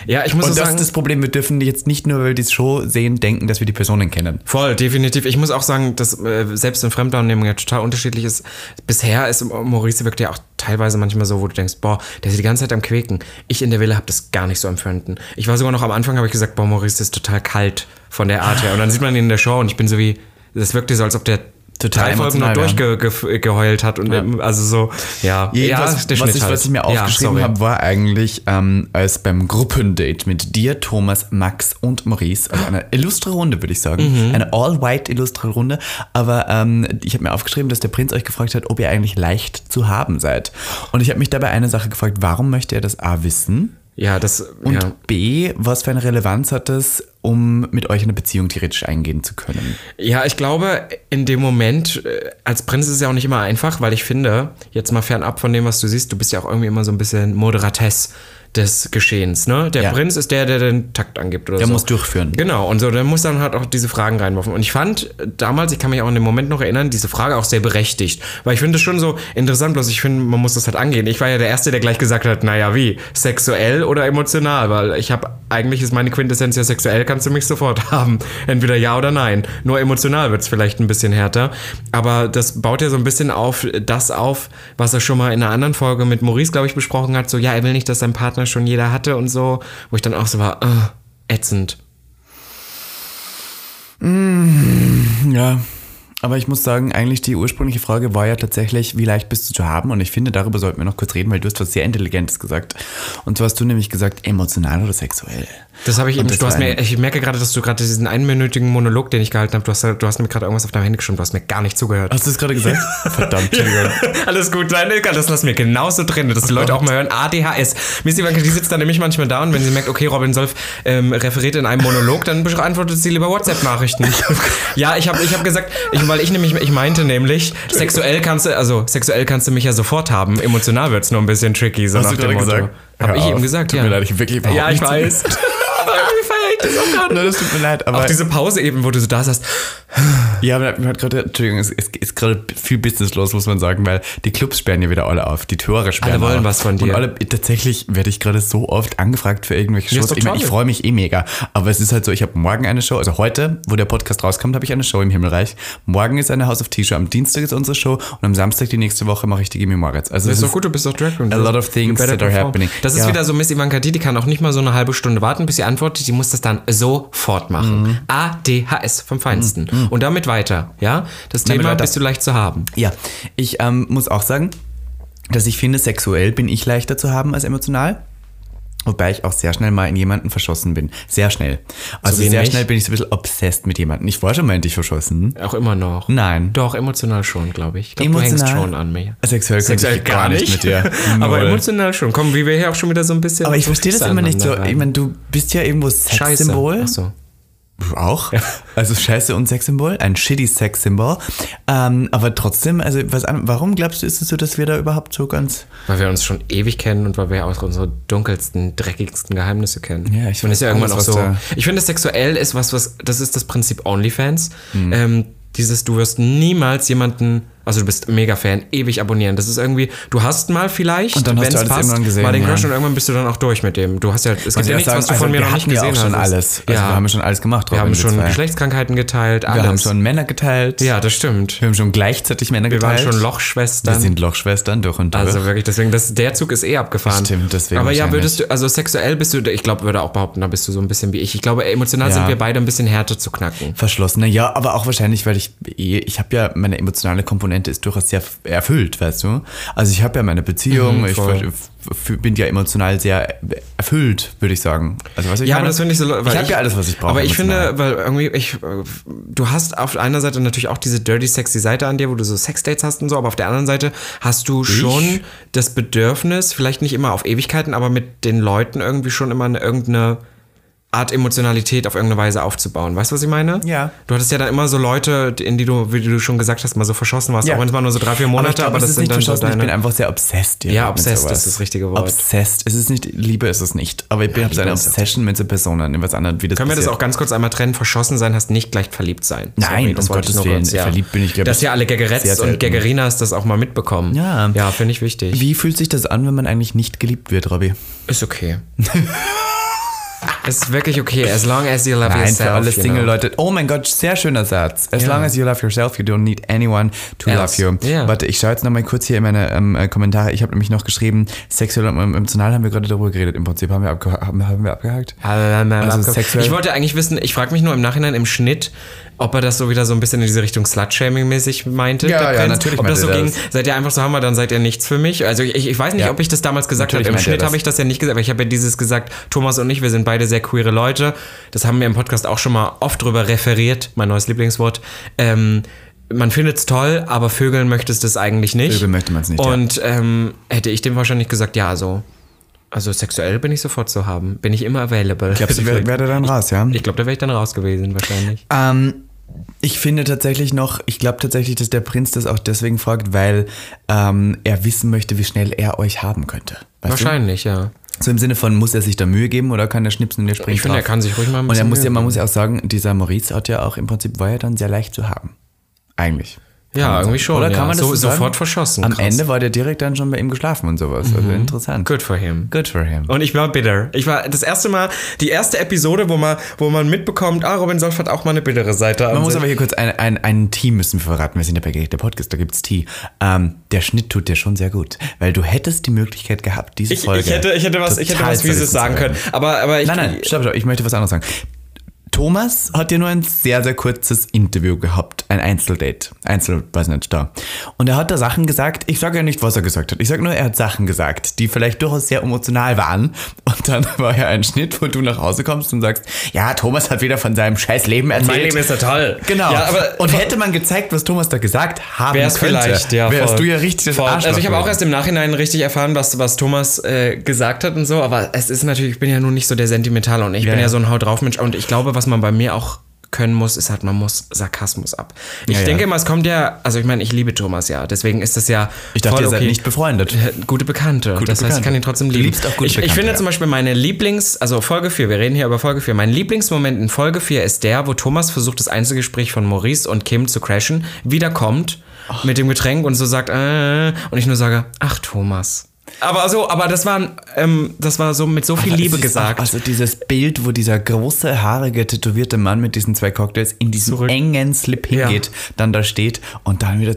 Speaker 1: Ja, ich Mhm. muss
Speaker 2: Und
Speaker 1: auch
Speaker 2: das
Speaker 1: sagen.
Speaker 2: ist das Problem. Wir dürfen jetzt nicht nur, weil wir die Show sehen, denken, dass wir die Personen kennen.
Speaker 1: Voll, definitiv. Ich muss auch sagen, dass äh, selbst in Fremdwahrnehmung ja total unterschiedlich ist. Bisher ist Maurice wirkt ja auch teilweise manchmal so, wo du denkst, boah, der ist die ganze Zeit am Quäken. Ich in der Villa habe das gar nicht so empfunden. Ich war sogar noch am Anfang, habe ich gesagt, boah, Maurice ist total kalt von der Art her. Und dann sieht man ihn in der Show und ich bin so wie, das wirkte so, als ob der
Speaker 2: Total
Speaker 1: drei Folgen noch
Speaker 2: emotional,
Speaker 1: durchgeheult hat. Und ähm, also so, ja. ja,
Speaker 2: Jedenfalls, was, ich,
Speaker 1: halt.
Speaker 2: was ich mir aufgeschrieben
Speaker 1: sorry.
Speaker 2: habe, war eigentlich, ähm, als beim Gruppendate mit dir, Thomas, Max und Maurice, also eine illustre Runde, würde ich sagen.
Speaker 1: Mhm.
Speaker 2: Eine all-white illustre Runde. Aber ähm, ich habe mir aufgeschrieben, dass der Prinz euch gefragt hat, ob ihr eigentlich leicht zu haben seid. Und ich habe mich dabei eine Sache gefragt, warum möchte er das A wissen?
Speaker 1: Ja, das,
Speaker 2: Und
Speaker 1: ja.
Speaker 2: B, was für eine Relevanz hat das, um mit euch eine Beziehung theoretisch eingehen zu können?
Speaker 1: Ja, ich glaube, in dem Moment, äh, als Prinz ist es ja auch nicht immer einfach, weil ich finde, jetzt mal fernab von dem, was du siehst, du bist ja auch irgendwie immer so ein bisschen Moderatess des Geschehens, ne? Der
Speaker 2: Ja.
Speaker 1: Prinz ist der, der den Takt angibt oder
Speaker 2: Der
Speaker 1: so.
Speaker 2: muss durchführen.
Speaker 1: Genau, und so, der muss dann halt auch diese Fragen reinwerfen. Und ich fand äh, damals, ich kann mich auch in dem Moment noch erinnern, diese Frage auch sehr berechtigt. Weil ich finde es schon so interessant, bloß ich finde, man muss das halt angehen. Ich war ja der Erste, der gleich gesagt hat, naja, wie? Sexuell oder emotional? Weil ich habe, eigentlich ist meine Quintessenz ja sexuell, kannst du mich sofort haben. Entweder ja oder nein. Nur emotional wird es vielleicht ein bisschen härter. Aber das baut ja so ein bisschen auf das auf, was er schon mal in einer anderen Folge mit Maurice, glaube ich, besprochen hat. So, ja, er will nicht, dass sein Partner schon jeder hatte und so. Wo ich dann auch so war, äh, ätzend.
Speaker 2: Ja, aber ich muss sagen, eigentlich die ursprüngliche Frage war ja tatsächlich, wie leicht bist du zu haben? Und ich finde, darüber sollten wir noch kurz reden, weil du hast was sehr Intelligentes gesagt. Und zwar hast du nämlich gesagt, emotional oder sexuell.
Speaker 1: Das habe ich eben.
Speaker 2: das
Speaker 1: Du hast
Speaker 2: war
Speaker 1: mir, ich merke gerade, dass du gerade diesen einminütigen Monolog, den ich gehalten habe, du hast, du hast mir gerade irgendwas auf deinem Handy geschrieben, du hast mir gar nicht zugehört.
Speaker 2: Hast du es gerade gesagt? Verdammt, Entschuldigung.
Speaker 1: Alles gut, nein, egal, das lassen wir genauso drin, dass die Leute auch mal hören, ADHS. Missy Wanke, die sitzt da nämlich manchmal da und wenn sie merkt, okay, Robin Solf ähm, referiert in einem Monolog, dann beantwortet sie lieber WhatsApp-Nachrichten. ja, ich habe ich hab gesagt, ich, weil ich nämlich, ich meinte nämlich, sexuell kannst du, also sexuell kannst du mich ja sofort haben, emotional wird's nur ein bisschen tricky, so
Speaker 2: Hast
Speaker 1: nach
Speaker 2: du
Speaker 1: dem
Speaker 2: gerade
Speaker 1: Motto.
Speaker 2: gesagt?
Speaker 1: Hab
Speaker 2: Hör
Speaker 1: ich
Speaker 2: auf,
Speaker 1: eben gesagt,
Speaker 2: tut
Speaker 1: ja.
Speaker 2: mir leid, ich wirklich überhaupt
Speaker 1: ja, ich
Speaker 2: nicht
Speaker 1: weiß. Irgendwie feier ich das auch gerade.
Speaker 2: Nein, das tut mir leid, aber
Speaker 1: Auch diese Pause eben, wo du so da saßt.
Speaker 2: ja, aber mir hat gerade, Entschuldigung, es es ist gerade viel Business los, muss man sagen, weil die Clubs sperren ja wieder alle auf, die Tore sperren.
Speaker 1: Alle wollen
Speaker 2: auf.
Speaker 1: was von
Speaker 2: Und
Speaker 1: dir.
Speaker 2: alle, tatsächlich werde ich gerade so oft angefragt für irgendwelche
Speaker 1: Ja, ist
Speaker 2: Shows.
Speaker 1: doch
Speaker 2: Ich, meine, ich
Speaker 1: toll.
Speaker 2: freue mich eh mega, aber es ist halt so, ich habe morgen eine Show, also heute, wo der Podcast rauskommt, habe ich eine Show im Himmelreich. Morgen ist eine House of T-Shirt, am Dienstag ist unsere Show und am Samstag die nächste Woche mache ich die Gimme Moritz. Also
Speaker 1: Das
Speaker 2: es
Speaker 1: ist doch gut, du bist doch Drag Queen.
Speaker 2: a lot of things
Speaker 1: You better
Speaker 2: that are
Speaker 1: perform.
Speaker 2: happening.
Speaker 1: Das ist
Speaker 2: Ja.
Speaker 1: wieder so Miss Ivanka D, die kann auch nicht mal so eine halbe Stunde warten, bis sie antwortet. Die muss das dann sofort machen.
Speaker 2: Mhm.
Speaker 1: ADHS vom Feinsten. Und damit weiter, ja? Das Thema
Speaker 2: weiter.
Speaker 1: bist du leicht zu haben.
Speaker 2: Ja, ich ähm, muss auch sagen, dass ich finde, sexuell bin ich leichter zu haben als emotional. Wobei ich auch sehr schnell mal in jemanden verschossen bin. Sehr schnell. Also
Speaker 1: wie in
Speaker 2: sehr
Speaker 1: mich?
Speaker 2: schnell bin ich so ein bisschen obsessed mit jemandem. Ich war schon mal in dich verschossen.
Speaker 1: Auch immer noch.
Speaker 2: Nein.
Speaker 1: Doch, emotional schon, glaube ich. Ich glaube, du hängst
Speaker 2: Emotional?
Speaker 1: schon an mir.
Speaker 2: Sexuell könnte
Speaker 1: Sexuell
Speaker 2: ich gar nicht mit dir.
Speaker 1: Aber
Speaker 2: Null.
Speaker 1: emotional schon. Komm, wie wir hier auch schon wieder so ein bisschen.
Speaker 2: Aber ich verstehe das immer nicht so. Ich
Speaker 1: Ich
Speaker 2: meine, du bist ja irgendwo
Speaker 1: Scheiße.
Speaker 2: Sexsymbol.
Speaker 1: Ach so.
Speaker 2: Auch. Also Scheiße und Sexsymbol, ein shitty Sexsymbol. Ähm, aber trotzdem, also was, an- warum glaubst du, ist es so, dass wir da überhaupt so ganz.
Speaker 1: Weil wir uns schon ewig kennen und weil wir auch unsere dunkelsten, dreckigsten Geheimnisse kennen.
Speaker 2: Ja, ich
Speaker 1: Und
Speaker 2: weiß
Speaker 1: ist ja irgendwann auch
Speaker 2: alles,
Speaker 1: so.
Speaker 2: was da-
Speaker 1: Ich finde, sexuell ist was, was, das ist das Prinzip OnlyFans.
Speaker 2: Mhm.
Speaker 1: Ähm, dieses, du wirst niemals jemanden, also du bist mega Fan, ewig abonnieren. Das ist irgendwie, du hast mal vielleicht,
Speaker 2: Und dann hast du
Speaker 1: wenn's
Speaker 2: alles irgendwann gesehen,
Speaker 1: mal den
Speaker 2: ja.
Speaker 1: Crush und irgendwann bist du dann auch durch mit dem. Du hast ja, es
Speaker 2: also
Speaker 1: gibt ja nichts, was du von mir
Speaker 2: wir
Speaker 1: noch nicht
Speaker 2: hatten ja
Speaker 1: gesehen
Speaker 2: auch schon
Speaker 1: hast.
Speaker 2: alles. Also
Speaker 1: Ja,
Speaker 2: wir haben schon alles gemacht,
Speaker 1: wir haben
Speaker 2: Robin,
Speaker 1: schon
Speaker 2: zwei.
Speaker 1: Geschlechtskrankheiten geteilt, alles.
Speaker 2: Wir haben schon Männer geteilt.
Speaker 1: ja, das stimmt.
Speaker 2: Wir haben schon gleichzeitig Männer
Speaker 1: Wir waren
Speaker 2: geteilt.
Speaker 1: schon
Speaker 2: Wir
Speaker 1: Lochschwestern.
Speaker 2: sind Lochschwestern durch und durch.
Speaker 1: Also wirklich, deswegen, das, der Zug ist eh abgefahren.
Speaker 2: Stimmt, deswegen
Speaker 1: Aber ja,
Speaker 2: wahrscheinlich.
Speaker 1: würdest du, also sexuell bist du, ich glaube, würde auch behaupten, da bist du so ein bisschen wie ich. Ich glaube, emotional
Speaker 2: Ja.
Speaker 1: sind wir beide ein bisschen härter zu knacken.
Speaker 2: Verschlossener, ja, aber auch wahrscheinlich, weil ich, eh- ich habe ja, meine emotionale Komponente ist durchaus sehr f- erfüllt, weißt du? Also ich habe ja meine Beziehung, ich
Speaker 1: Mhm, voll.
Speaker 2: ver- f- f- bin ja emotional sehr e-, erfüllt, würde ich sagen. Also was ich
Speaker 1: Ja,
Speaker 2: meine?
Speaker 1: aber das finde ich so. weil
Speaker 2: ich habe ja alles, was ich brauche.
Speaker 1: Aber ich
Speaker 2: emotional.
Speaker 1: finde, weil irgendwie, ich, äh, du hast auf einer Seite natürlich auch diese dirty, sexy Seite an dir, wo du so Sexdates hast und so, aber auf der anderen Seite hast du schon das Bedürfnis, vielleicht nicht immer auf Ewigkeiten, aber mit den Leuten irgendwie schon immer eine, irgendeine Art Emotionalität auf irgendeine Weise aufzubauen. Weißt du, was ich meine?
Speaker 2: Ja.
Speaker 1: Du hattest ja dann immer so Leute, in die du, wie du schon gesagt hast, mal so verschossen warst,
Speaker 2: Ja.
Speaker 1: auch wenn es mal nur so drei, vier Monate, aber,
Speaker 2: ich glaub, es
Speaker 1: das
Speaker 2: ist
Speaker 1: sind
Speaker 2: nicht
Speaker 1: dann so
Speaker 2: verschlossen, ich bin
Speaker 1: deine.
Speaker 2: einfach sehr obsessed.
Speaker 1: Ja,
Speaker 2: mit
Speaker 1: obsessed
Speaker 2: sowas.
Speaker 1: ist das richtige Wort.
Speaker 2: Obsessed. Es ist nicht, Liebe ist es nicht. Aber ich bin habe so eine
Speaker 1: Liebe ist es.
Speaker 2: Obsession mit so Personen, was anderes, wie das
Speaker 1: Können wir das
Speaker 2: passiert.
Speaker 1: auch ganz kurz einmal trennen? Verschossen sein heißt nicht gleich verliebt sein.
Speaker 2: Nein, um
Speaker 1: wollte ich
Speaker 2: Gottes
Speaker 1: nur
Speaker 2: Willen. Verliebt bin ich, glaub
Speaker 1: Dass
Speaker 2: ich,
Speaker 1: ja alle Gaggerettes
Speaker 2: sehr
Speaker 1: und
Speaker 2: selten.
Speaker 1: Gaggerinas das auch mal mitbekommen.
Speaker 2: Ja.
Speaker 1: Ja, finde ich wichtig.
Speaker 2: Wie fühlt sich das an, wenn man eigentlich nicht geliebt wird, Robby?
Speaker 1: Ist okay. ist wirklich okay, as long as you love
Speaker 2: Nein,
Speaker 1: yourself.
Speaker 2: für alle
Speaker 1: you know.
Speaker 2: Single-Leute. Oh mein Gott, sehr schöner Satz. As long as you love yourself, you don't need anyone to
Speaker 1: Else.
Speaker 2: love you.
Speaker 1: Ja.
Speaker 2: Warte, ich schaue jetzt nochmal kurz hier in meine ähm, äh, Kommentare. Ich habe nämlich noch geschrieben, sexuell und emotional haben wir gerade darüber geredet. Im Prinzip haben wir, abgeha haben, haben wir abgehakt.
Speaker 1: Also
Speaker 2: sexuell-
Speaker 1: ich wollte eigentlich wissen, ich frage mich nur im Nachhinein im Schnitt, ob er das so wieder so ein bisschen in diese Richtung Slutshaming-mäßig meinte.
Speaker 2: Ja,
Speaker 1: der
Speaker 2: ja,
Speaker 1: Prinz.
Speaker 2: natürlich
Speaker 1: Ob das so
Speaker 2: meinte er
Speaker 1: ging,
Speaker 2: das.
Speaker 1: seid ihr einfach so Hammer, dann seid ihr nichts für mich. Also ich, ich- ich weiß nicht,
Speaker 2: Ja.
Speaker 1: ob ich das damals gesagt habe.
Speaker 2: Natürlich
Speaker 1: Im
Speaker 2: meinte er
Speaker 1: Schnitt
Speaker 2: das.
Speaker 1: habe ich das ja nicht gesagt, aber ich habe ja dieses gesagt, Thomas und ich, wir sind beide sehr queere Leute. Das haben wir im Podcast auch schon mal oft drüber referiert, mein neues Lieblingswort. Ähm, man findet es toll, aber Vögeln möchtest es eigentlich nicht.
Speaker 2: Vögeln möchte man's nicht, ja.
Speaker 1: Und ähm, hätte ich dem wahrscheinlich gesagt, ja, so. Also sexuell bin ich sofort zu haben. Bin ich immer available.
Speaker 2: Glaubst du, wer- wer da dann raus, ja?
Speaker 1: Ich glaube, da wäre ich dann raus gewesen, wahrscheinlich.
Speaker 2: Ähm, ich finde tatsächlich noch, ich glaube tatsächlich, dass der Prinz das auch deswegen fragt, weil ähm, er wissen möchte, wie schnell er euch haben könnte. Weißt
Speaker 1: wahrscheinlich, ja.
Speaker 2: Du? So im Sinne von, muss er sich da Mühe geben oder kann er schnipsen und er springt
Speaker 1: Ich finde,
Speaker 2: drauf?
Speaker 1: er kann sich ruhig mal ein
Speaker 2: Und er
Speaker 1: bisschen
Speaker 2: muss ja,
Speaker 1: Mühe
Speaker 2: man muss ja auch sagen, dieser Maurice hat ja auch im Prinzip, war ja dann sehr leicht zu haben. Eigentlich. Kann
Speaker 1: Ja,
Speaker 2: man
Speaker 1: irgendwie
Speaker 2: sagen.
Speaker 1: schon,
Speaker 2: Oder kann
Speaker 1: ja.
Speaker 2: man das
Speaker 1: So-
Speaker 2: sagen?
Speaker 1: sofort verschossen,
Speaker 2: Am
Speaker 1: krass. Mhm.
Speaker 2: Ende war der direkt dann schon bei ihm geschlafen und sowas. Also interessant.
Speaker 1: Good for him.
Speaker 2: Good for him.
Speaker 1: Und ich war bitter. Ich war das erste Mal, die erste Episode, wo man, wo man mitbekommt, ah, Robin Solf hat auch mal eine bittere Seite.
Speaker 2: Man muss aber hier kurz ein, ein, ein Tee müssen wir verraten. Wir sind ja bei Gerät der Podcast, da gibt's Tee. Ähm, der Schnitt tut dir schon sehr gut, weil du hättest die Möglichkeit gehabt, diese
Speaker 1: ich,
Speaker 2: Folge.
Speaker 1: ich, hätte, ich hätte was, ich hätte
Speaker 2: total
Speaker 1: was Wieses
Speaker 2: zerrissen zu
Speaker 1: sagen
Speaker 2: werden.
Speaker 1: können. Aber, aber ich,
Speaker 2: Nein, nein, stopp, stopp, ich möchte was anderes sagen. Thomas hat ja nur ein sehr, sehr kurzes Interview gehabt. Ein Einzeldate. Einzel, weiß nicht, da. Und er hat da Sachen gesagt. Ich sage ja nicht, was er gesagt hat. Ich sage nur, er hat Sachen gesagt, die vielleicht durchaus sehr emotional waren. Und dann war ja ein Schnitt, wo du nach Hause kommst und sagst, ja, Thomas hat wieder von seinem scheiß Leben erzählt.
Speaker 1: mein Leben ist total.
Speaker 2: Genau.
Speaker 1: Ja, aber
Speaker 2: und hätte man gezeigt, was Thomas da gesagt haben
Speaker 1: Wär's
Speaker 2: könnte,
Speaker 1: vielleicht, ja.
Speaker 2: wärst
Speaker 1: voll.
Speaker 2: du ja richtig das
Speaker 1: Voll.
Speaker 2: Arschloch
Speaker 1: Also ich habe auch
Speaker 2: gewesen.
Speaker 1: erst im Nachhinein richtig erfahren, was, was Thomas äh, gesagt hat und so, aber es ist natürlich, ich bin ja nun nicht so der Sentimentale und ich bin ja
Speaker 2: ja.
Speaker 1: so ein Haut drauf Mensch und ich glaube, was man bei mir auch können muss, ist halt, man muss Sarkasmus ab. Ich
Speaker 2: Ja, ja.
Speaker 1: denke immer, es kommt ja, also ich meine, ich liebe Thomas ja, deswegen ist das ja
Speaker 2: Ich dachte,
Speaker 1: voll
Speaker 2: ihr seid
Speaker 1: okay.
Speaker 2: nicht befreundet.
Speaker 1: Äh, Gute Bekannte. das heißt, ich
Speaker 2: Bekannte.
Speaker 1: kann ihn trotzdem
Speaker 2: Du
Speaker 1: lieben.
Speaker 2: liebst auch gute
Speaker 1: ich, ich
Speaker 2: Bekannte,
Speaker 1: finde
Speaker 2: ja.
Speaker 1: zum Beispiel meine Lieblings-, also Folge 4, wir reden hier über Folge 4. Mein Lieblingsmoment in Folge 4 ist der, wo Thomas versucht, das Einzelgespräch von Maurice und Kim zu crashen, wiederkommt mit dem Getränk und so sagt, äh, und ich nur sage, ach Thomas. Aber so, aber das war, ähm, das war so mit so viel
Speaker 2: Aber
Speaker 1: Liebe
Speaker 2: es ist
Speaker 1: gesagt.
Speaker 2: Auch, also dieses Bild, wo dieser große, haarige, tätowierte Mann mit diesen zwei Cocktails in diesen
Speaker 1: Zurück.
Speaker 2: engen Slip hingeht, dann da steht und dann wieder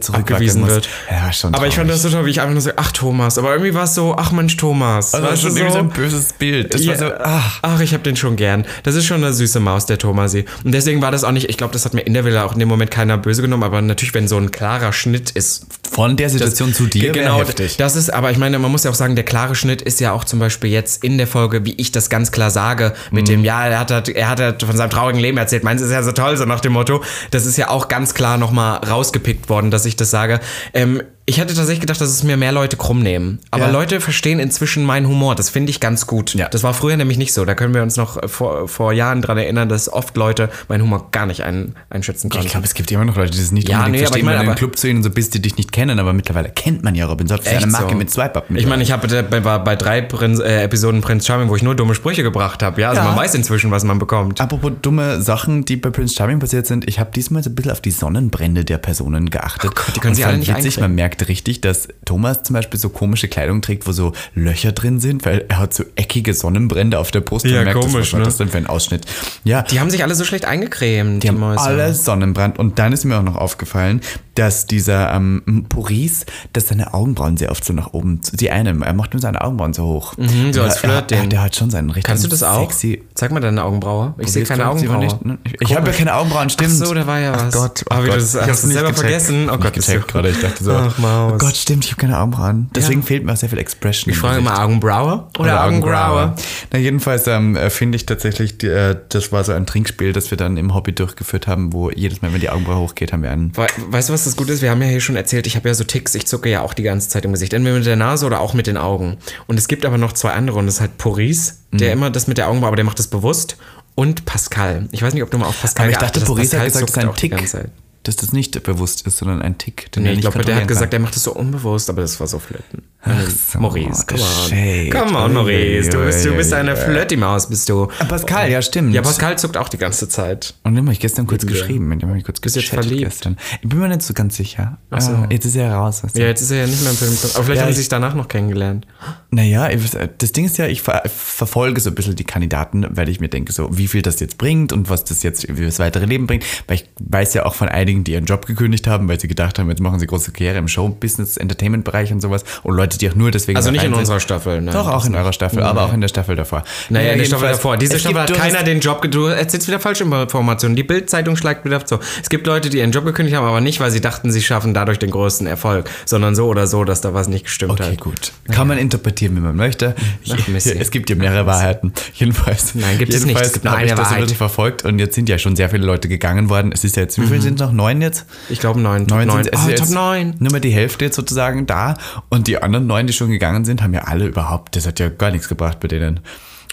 Speaker 1: Abgewiesen
Speaker 2: zurückgewiesen muss.
Speaker 1: wird.
Speaker 2: Ja, schon
Speaker 1: aber ich fand das
Speaker 2: traurig.
Speaker 1: so toll, wie ich einfach nur so, ach Thomas. Aber irgendwie war es so, ach Mensch, Thomas.
Speaker 2: also
Speaker 1: Weißt
Speaker 2: schon
Speaker 1: du,
Speaker 2: irgendwie so ein böses Bild. Das war
Speaker 1: Ja,
Speaker 2: so, ah, ach,
Speaker 1: ach. ich habe den schon gern. Das ist schon eine süße Maus, der Thomasi. Und deswegen war das auch nicht, ich glaube, das hat mir in der Villa auch in dem Moment keiner böse genommen, aber natürlich, wenn so ein klarer Schnitt ist.
Speaker 2: von der Situation zu dir wär
Speaker 1: genau,
Speaker 2: heftig.
Speaker 1: das ist, aber ich meine, man muss ja auch sagen, der klare Schnitt ist ja auch zum Beispiel jetzt in der Folge, wie ich das ganz klar sage, mit
Speaker 2: Mhm.
Speaker 1: dem, ja, er hat, halt- er hat halt von seinem traurigen Leben erzählt, meins ist ja so toll, so nach dem Motto. Das ist ja auch ganz klar nochmal rausgepickt worden, dass ich das sage. Ähm, ich hätte tatsächlich gedacht, dass es mir mehr Leute krumm nehmen. Aber
Speaker 2: Ja.
Speaker 1: Leute verstehen inzwischen meinen Humor. Das finde ich ganz gut.
Speaker 2: Ja.
Speaker 1: Das war früher nämlich nicht so. Da können wir uns noch äh, vor, vor Jahren dran erinnern, dass oft Leute meinen Humor gar nicht ein, einschätzen konnten.
Speaker 2: Ich glaube, es gibt immer noch Leute, die das nicht
Speaker 1: Ja,
Speaker 2: unbedingt
Speaker 1: nee, aber
Speaker 2: verstehen,
Speaker 1: ich meine,
Speaker 2: wenn du in
Speaker 1: aber-
Speaker 2: den Club zu ihnen so bist, die dich nicht kennen, aber mittlerweile kennt man ja Robin Solf. Das ist
Speaker 1: Echt
Speaker 2: eine Marke
Speaker 1: so.
Speaker 2: mit Swipe-Up.
Speaker 1: Ich meine, ich habe bei, war bei drei Prinz, äh, Episoden Prinz Charming, wo ich nur dumme Sprüche gebracht habe. Ja, also
Speaker 2: Ja.
Speaker 1: man weiß inzwischen, was man bekommt.
Speaker 2: Apropos dumme Sachen, die bei Prince Charming passiert sind, ich habe diesmal so ein bisschen auf die Sonnenbrände der Personen geachtet. Oh
Speaker 1: Gott, die können sie alle nicht
Speaker 2: witzig, Man merkt richtig, dass Thomas zum Beispiel so komische Kleidung trägt, wo so Löcher drin sind, weil er hat so eckige Sonnenbrände auf der Brust.
Speaker 1: Ja,
Speaker 2: man merkt, das,
Speaker 1: komisch,
Speaker 2: was war
Speaker 1: ne?
Speaker 2: das denn für ein Ausschnitt? Ja,
Speaker 1: Die haben sich alle so schlecht eingecremt, die,
Speaker 2: Die haben alle Sonnenbrand. Und dann ist mir auch noch aufgefallen, dass dieser ähm, Puris, dass seine Augenbrauen sehr oft so nach oben, die einen, er macht nur seine Augenbrauen so hoch. Mhm,
Speaker 1: so als
Speaker 2: Er,
Speaker 1: Flirtding.
Speaker 2: er, der hat schon seinen richtigen
Speaker 1: Kannst du das auch?
Speaker 2: sexy...
Speaker 1: Zeig mal deine Augenbraue. Ich sehe keine
Speaker 2: Probierst du
Speaker 1: Augenbraue.
Speaker 2: sie aber nicht, ne? Ich- Ich habe ja
Speaker 1: Komisch.
Speaker 2: keine Augenbrauen, stimmt.
Speaker 1: Ach so, da war ja was.
Speaker 2: Ach Gott, oh
Speaker 1: Aber wie du
Speaker 2: Gott.
Speaker 1: das- hast
Speaker 2: hab's
Speaker 1: du
Speaker 2: nicht
Speaker 1: selber
Speaker 2: gecheckt.
Speaker 1: vergessen? Oh
Speaker 2: Nicht
Speaker 1: Gott, bist
Speaker 2: gecheckt
Speaker 1: du-
Speaker 2: gerade. Ich dachte so.
Speaker 1: Ach, Maus.
Speaker 2: Oh Gott, stimmt, ich habe keine Augenbrauen. Deswegen fehlt mir auch sehr viel Expression.
Speaker 1: Ich frage immer Augenbraue oder, Augenbraue.
Speaker 2: Na, jedenfalls ähm, äh, finde ich tatsächlich, die, äh, das war so ein Trinkspiel, das wir dann im Hobby durchgeführt haben, wo jedes Mal, wenn die Augenbraue hochgeht, haben wir einen.
Speaker 1: We weißt du, was das Gute ist? Wir haben ja hier schon erzählt, ich habe ja so Ticks, ich zucke ja auch die ganze Zeit im Gesicht. Entweder mit der Nase oder auch mit den Augen. Und es gibt aber noch zwei andere und das ist halt Poris, der
Speaker 2: Mhm.
Speaker 1: immer das mit der Augenbraue, aber der macht das bewusst. Und Pascal. Ich weiß nicht, ob du mal auf Pascal
Speaker 2: Aber ich dachte,
Speaker 1: hast.
Speaker 2: Boris hat
Speaker 1: Pascal zuckt
Speaker 2: gesagt, das ist ein
Speaker 1: auch die
Speaker 2: Tick,
Speaker 1: ganze Zeit.
Speaker 2: dass das nicht bewusst ist, sondern ein Tick, den
Speaker 1: Nee,
Speaker 2: er
Speaker 1: ich
Speaker 2: nicht
Speaker 1: glaube, der
Speaker 2: kontrollieren
Speaker 1: hat gesagt,
Speaker 2: kann.
Speaker 1: er macht das so unbewusst, aber das war so flirten. Äh,
Speaker 2: so,
Speaker 1: Maurice, come on.
Speaker 2: shade.
Speaker 1: Come on, Maurice. Du bist, du bist
Speaker 2: Uiuiui.
Speaker 1: eine Flirty-Maus, bist du.
Speaker 2: Pascal, ja, stimmt.
Speaker 1: Ja, Äh, Pascal zuckt auch die ganze Zeit.
Speaker 2: Und dem habe ich gestern kurz
Speaker 1: Lieben wir.
Speaker 2: geschrieben, mit dem habe ich kurz
Speaker 1: Bist jetzt
Speaker 2: gechattet
Speaker 1: verliebt?
Speaker 2: gestern. Ich bin mir nicht so ganz sicher. Ach
Speaker 1: so.
Speaker 2: jetzt ist er raus. weißt du.
Speaker 1: Ja, jetzt ist er ja nicht mehr im Film. Aber vielleicht
Speaker 2: Ja,
Speaker 1: haben
Speaker 2: ich-
Speaker 1: sie sich danach noch kennengelernt.
Speaker 2: Naja, ich, weiß- äh, das Ding ist ja, ich ver verfolge so ein bisschen die Kandidaten, weil ich mir denke, so, wie viel das jetzt bringt und was das jetzt für das weitere Leben bringt. Weil ich weiß ja auch von einigen, die ihren Job gekündigt haben, weil sie gedacht haben, jetzt machen sie große Karriere im Show-Business, Entertainment-Bereich und sowas. Und Leute, die auch nur deswegen.
Speaker 1: Also
Speaker 2: da
Speaker 1: nicht in
Speaker 2: rein sind.
Speaker 1: unserer Staffel, ne?
Speaker 2: Doch, auch in eurer Staffel, aber auch in der Staffel davor.
Speaker 1: Naja, in der Staffel
Speaker 2: jedenfalls,
Speaker 1: davor. Diese
Speaker 2: es
Speaker 1: Staffel hat
Speaker 2: gibt
Speaker 1: keiner
Speaker 2: durchaus-
Speaker 1: den Job. ge- Du erzählst wieder falsche Informationen. Die Bild-Zeitung schlägt wieder so. Es gibt Leute, die ihren Job gekündigt haben, aber nicht, weil sie dachten, sie schaffen dadurch den größten Erfolg, sondern so oder so, dass da was nicht gestimmt
Speaker 2: Okay,
Speaker 1: hat.
Speaker 2: gut. Kann man interpretieren, wie man möchte.
Speaker 1: Ach, Missy.
Speaker 2: es gibt ja mehrere Wahrheiten. Jedenfalls.
Speaker 1: Nein, gibt es nicht.
Speaker 2: jedenfalls
Speaker 1: Es gibt nur
Speaker 2: habe ich
Speaker 1: eine
Speaker 2: das
Speaker 1: Wahrheit. Mhm.
Speaker 2: ein bisschen verfolgt und jetzt sind ja schon sehr viele Leute gegangen worden. Es ist ja jetzt, wie viele sind es noch? Neun jetzt?
Speaker 1: Ich glaube neun. Top
Speaker 2: Neun
Speaker 1: neun.
Speaker 2: sind es
Speaker 1: Oh,
Speaker 2: jetzt
Speaker 1: Top 9.
Speaker 2: Nur mal die Hälfte jetzt sozusagen da. Und die anderen neun, die schon gegangen sind, haben ja alle überhaupt, das hat ja gar nichts gebracht bei denen.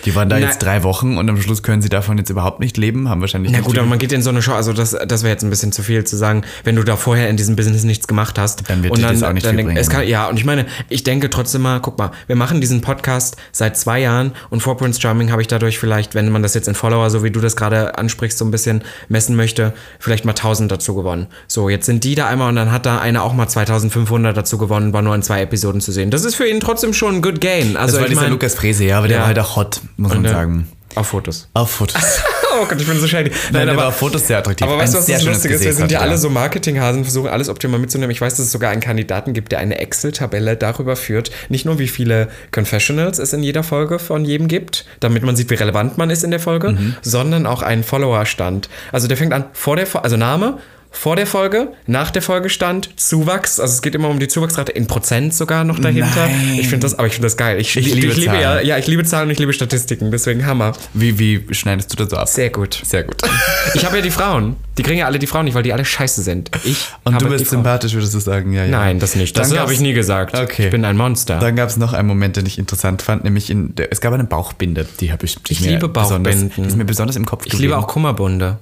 Speaker 2: Die waren da
Speaker 1: Na-
Speaker 2: jetzt drei Wochen und am Schluss können sie davon jetzt überhaupt nicht leben, haben wahrscheinlich
Speaker 1: Na
Speaker 2: nicht
Speaker 1: gut,
Speaker 2: die-
Speaker 1: aber man geht in so eine Show, also das, das wäre jetzt ein bisschen zu viel zu sagen, wenn du da vorher in diesem Business nichts gemacht hast.
Speaker 2: Dann wird
Speaker 1: und
Speaker 2: dich das auch nicht viel
Speaker 1: denk- es
Speaker 2: bringen.
Speaker 1: kann, Ja, und ich meine, ich denke trotzdem mal, guck mal, wir machen diesen Podcast seit zwei Jahren und vor Prince Charming habe ich dadurch vielleicht, wenn man das jetzt in Follower, so wie du das gerade ansprichst, so ein bisschen messen möchte, vielleicht mal 1000 dazu gewonnen. So, jetzt sind die da einmal und dann hat da einer auch mal 2500 dazu gewonnen, war nur in zwei Episoden zu sehen. Das ist für ihn trotzdem schon ein good gain. Also
Speaker 2: das war
Speaker 1: ich
Speaker 2: dieser
Speaker 1: mein,
Speaker 2: Lukas Frese, ja, aber der
Speaker 1: Ja. äh,
Speaker 2: war halt auch hot, muss man
Speaker 1: ja,
Speaker 2: sagen.
Speaker 1: Auf Fotos.
Speaker 2: Auf Fotos.
Speaker 1: Oh Gott, ich bin so shady.
Speaker 2: Nein, aber auf Fotos sehr attraktiv.
Speaker 1: Aber
Speaker 2: Ein
Speaker 1: weißt du, was
Speaker 2: sehr
Speaker 1: das
Speaker 2: schönes
Speaker 1: Lustige ist? Wir
Speaker 2: Gesicht
Speaker 1: sind ja
Speaker 2: hatte
Speaker 1: alle
Speaker 2: er.
Speaker 1: so Marketinghasen, versuchen alles optimal mitzunehmen. Ich weiß, dass es sogar einen Kandidaten gibt, der eine Excel-Tabelle darüber führt, nicht nur wie viele Confessionals es in jeder Folge von jedem gibt, damit man sieht, wie relevant man ist in der Folge,
Speaker 2: Mhm.
Speaker 1: sondern auch einen Followerstand. Also der fängt an vor der, Fo- also Name, vor der Folge, nach der Folge stand, Zuwachs, also es geht immer um die Zuwachsrate in Prozent sogar noch dahinter.
Speaker 2: Nein.
Speaker 1: Ich finde das, aber ich finde das geil. Ich, ich,
Speaker 2: liebe
Speaker 1: liebe, ich liebe ja,
Speaker 2: Zahlen.
Speaker 1: ja, ich liebe Zahlen und ich liebe Statistiken, deswegen Hammer.
Speaker 2: Wie, wie schneidest du das so ab?
Speaker 1: Sehr gut.
Speaker 2: Sehr gut.
Speaker 1: Ich habe ja die Frauen. Die kriegen ja alle die Frauen nicht, weil die alle scheiße sind. Ich
Speaker 2: Und
Speaker 1: habe
Speaker 2: du
Speaker 1: die
Speaker 2: bist
Speaker 1: Frauen.
Speaker 2: sympathisch, würdest du sagen, ja, ja.
Speaker 1: Nein, das nicht. Das
Speaker 2: Dann
Speaker 1: habe
Speaker 2: gab's-
Speaker 1: ich nie gesagt.
Speaker 2: Okay.
Speaker 1: Ich bin ein Monster.
Speaker 2: Dann gab es noch einen Moment, den ich interessant fand, nämlich in der, es gab eine Bauchbinde, die habe ich. die
Speaker 1: Ich
Speaker 2: mir
Speaker 1: liebe Bauchbinden.
Speaker 2: Besonders, die ist mir besonders im Kopf
Speaker 1: ich liebe auch Kummerbunde.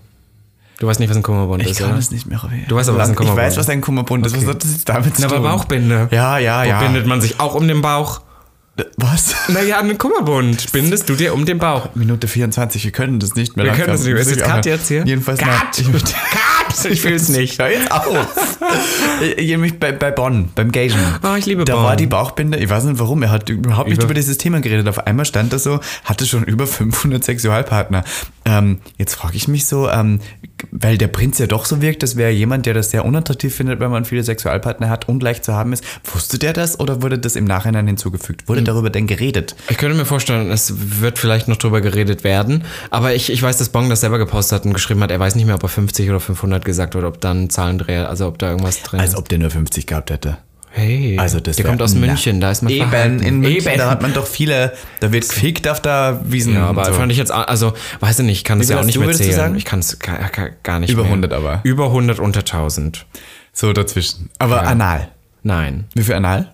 Speaker 1: Du weißt nicht, was ein Kummerbund
Speaker 2: Ich
Speaker 1: ist,
Speaker 2: kann
Speaker 1: oder?
Speaker 2: es nicht mehr erwähnen.
Speaker 1: Du weißt aber, was ein
Speaker 2: Ich
Speaker 1: Kummerbund
Speaker 2: weiß, was ein Kummerbund ist. Was hat das jetzt damit zu
Speaker 1: Na,
Speaker 2: tun?
Speaker 1: aber Bauchbinde.
Speaker 2: Ja, ja,
Speaker 1: Wo
Speaker 2: ja.
Speaker 1: bindet man sich auch um den Bauch?
Speaker 2: Was?
Speaker 1: Naja, einen Kummerbund bindest du dir um den Bauch.
Speaker 2: Minute 24, wir können das nicht mehr.
Speaker 1: Wir können das nicht mehr. Ist jetzt Cut jetzt hier?
Speaker 2: Jedenfalls
Speaker 1: Cut!
Speaker 2: nein. Ich-
Speaker 1: Cut! Ich will es nicht.
Speaker 2: Hör jetzt auf. Äh, Nämlich bei, bei Bonn, beim Gagen.
Speaker 1: Oh, ich liebe
Speaker 2: da
Speaker 1: Bonn.
Speaker 2: war die Bauchbinde, ich weiß nicht warum, er hat überhaupt nicht
Speaker 1: Über-
Speaker 2: über dieses Thema geredet. Auf einmal stand da so, hatte schon über 500 Sexualpartner. Ähm, jetzt frage ich mich so, ähm, weil der Prinz ja doch so wirkt, das wäre jemand, der das sehr unattraktiv findet, wenn man viele Sexualpartner hat und leicht zu haben ist. Wusste der das oder wurde das im Nachhinein hinzugefügt?
Speaker 1: Hm.
Speaker 2: Wurde darüber denn geredet?
Speaker 1: Ich könnte mir vorstellen, es wird vielleicht noch drüber geredet werden, aber ich, ich weiß, dass Bong das selber gepostet hat und geschrieben hat, er weiß nicht mehr, ob er 50 oder 500 gesagt hat, ob da ein Zahlendreher, also ob da irgendwas drin
Speaker 2: Als ob der nur 50 gehabt hätte.
Speaker 1: Hey,
Speaker 2: Also das
Speaker 1: der
Speaker 2: wär-
Speaker 1: kommt aus
Speaker 2: na,
Speaker 1: München, da ist man
Speaker 2: Eben,
Speaker 1: verhalten.
Speaker 2: in München,
Speaker 1: Eben.
Speaker 2: da hat man doch viele, da wird gefickt auf der Wiesen.
Speaker 1: ja,
Speaker 2: und
Speaker 1: aber
Speaker 2: so.
Speaker 1: fand ich jetzt, a- also, weiß ich nicht, ich kann das
Speaker 2: viel
Speaker 1: ja auch
Speaker 2: hast
Speaker 1: nicht
Speaker 2: du,
Speaker 1: mehr
Speaker 2: würdest du
Speaker 1: zählen.
Speaker 2: sagen?
Speaker 1: Ich kann es gar, gar nicht
Speaker 2: Über
Speaker 1: mehr.
Speaker 2: 100 aber.
Speaker 1: Über 100 unter 1000.
Speaker 2: So dazwischen. Aber anal.
Speaker 1: Nein.
Speaker 2: Wie für anal?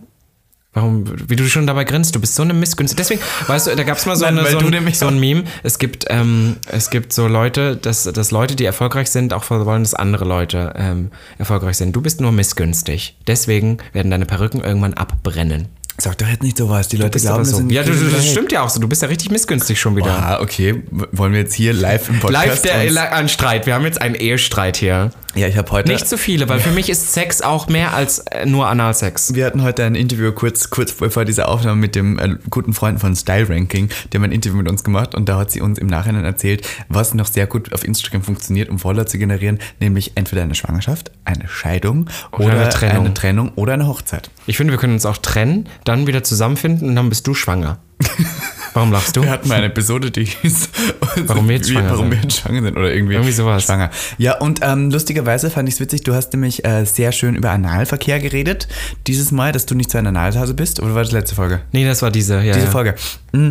Speaker 1: Warum, wie du schon dabei grinst, du bist so eine Missgünste. Deswegen, weißt du, da gab es mal so,
Speaker 2: Nein,
Speaker 1: eine,
Speaker 2: weil
Speaker 1: so,
Speaker 2: du
Speaker 1: ein,
Speaker 2: nämlich
Speaker 1: so ein Meme. Es gibt, ähm, es gibt so Leute, dass, dass Leute, die erfolgreich sind, auch wollen, dass andere Leute ähm, erfolgreich sind. Du bist nur missgünstig. Deswegen werden deine Perücken irgendwann abbrennen.
Speaker 2: Sag doch jetzt nicht sowas, die Leute
Speaker 1: Bist aber so. Ja, du, du, das stimmt ja auch so. Du bist ja richtig missgünstig schon wieder.
Speaker 2: Ah, okay. W- Wollen wir jetzt hier live im Podcast?
Speaker 1: Live der
Speaker 2: uns-
Speaker 1: Ele- ein Streit. Wir haben jetzt einen Ehestreit hier.
Speaker 2: ja, ich habe heute.
Speaker 1: Nicht zu viele, weil für mich ist Sex auch mehr als äh, nur Analsex.
Speaker 2: Wir hatten heute ein Interview kurz, kurz vor dieser Aufnahme mit dem äh, guten Freund von Style Ranking, der ein Interview mit uns gemacht und da hat sie uns im Nachhinein erzählt, was noch sehr gut auf Instagram funktioniert, um Follower zu generieren, nämlich entweder eine Schwangerschaft, eine Scheidung oder,
Speaker 1: eine Trennung.
Speaker 2: eine Trennung oder eine Hochzeit.
Speaker 1: Ich finde, wir können uns auch trennen, dann wieder zusammenfinden und dann bist du schwanger. Warum lachst du?
Speaker 2: Wir hatten mal eine Episode, die hieß,
Speaker 1: Warum wir jetzt
Speaker 2: wie-
Speaker 1: schwanger
Speaker 2: warum
Speaker 1: sind.
Speaker 2: wir jetzt schwanger sind oder irgendwie,
Speaker 1: Irgendwie sowas.
Speaker 2: schwanger. Ja, und ähm, lustigerweise fand ich es witzig, du hast nämlich äh, sehr schön über Analverkehr geredet, dieses Mal, dass du nicht so eine Analhase bist, oder war das letzte Folge?
Speaker 1: Nee, das war diese, ja.
Speaker 2: diese
Speaker 1: ja.
Speaker 2: Folge. Mm.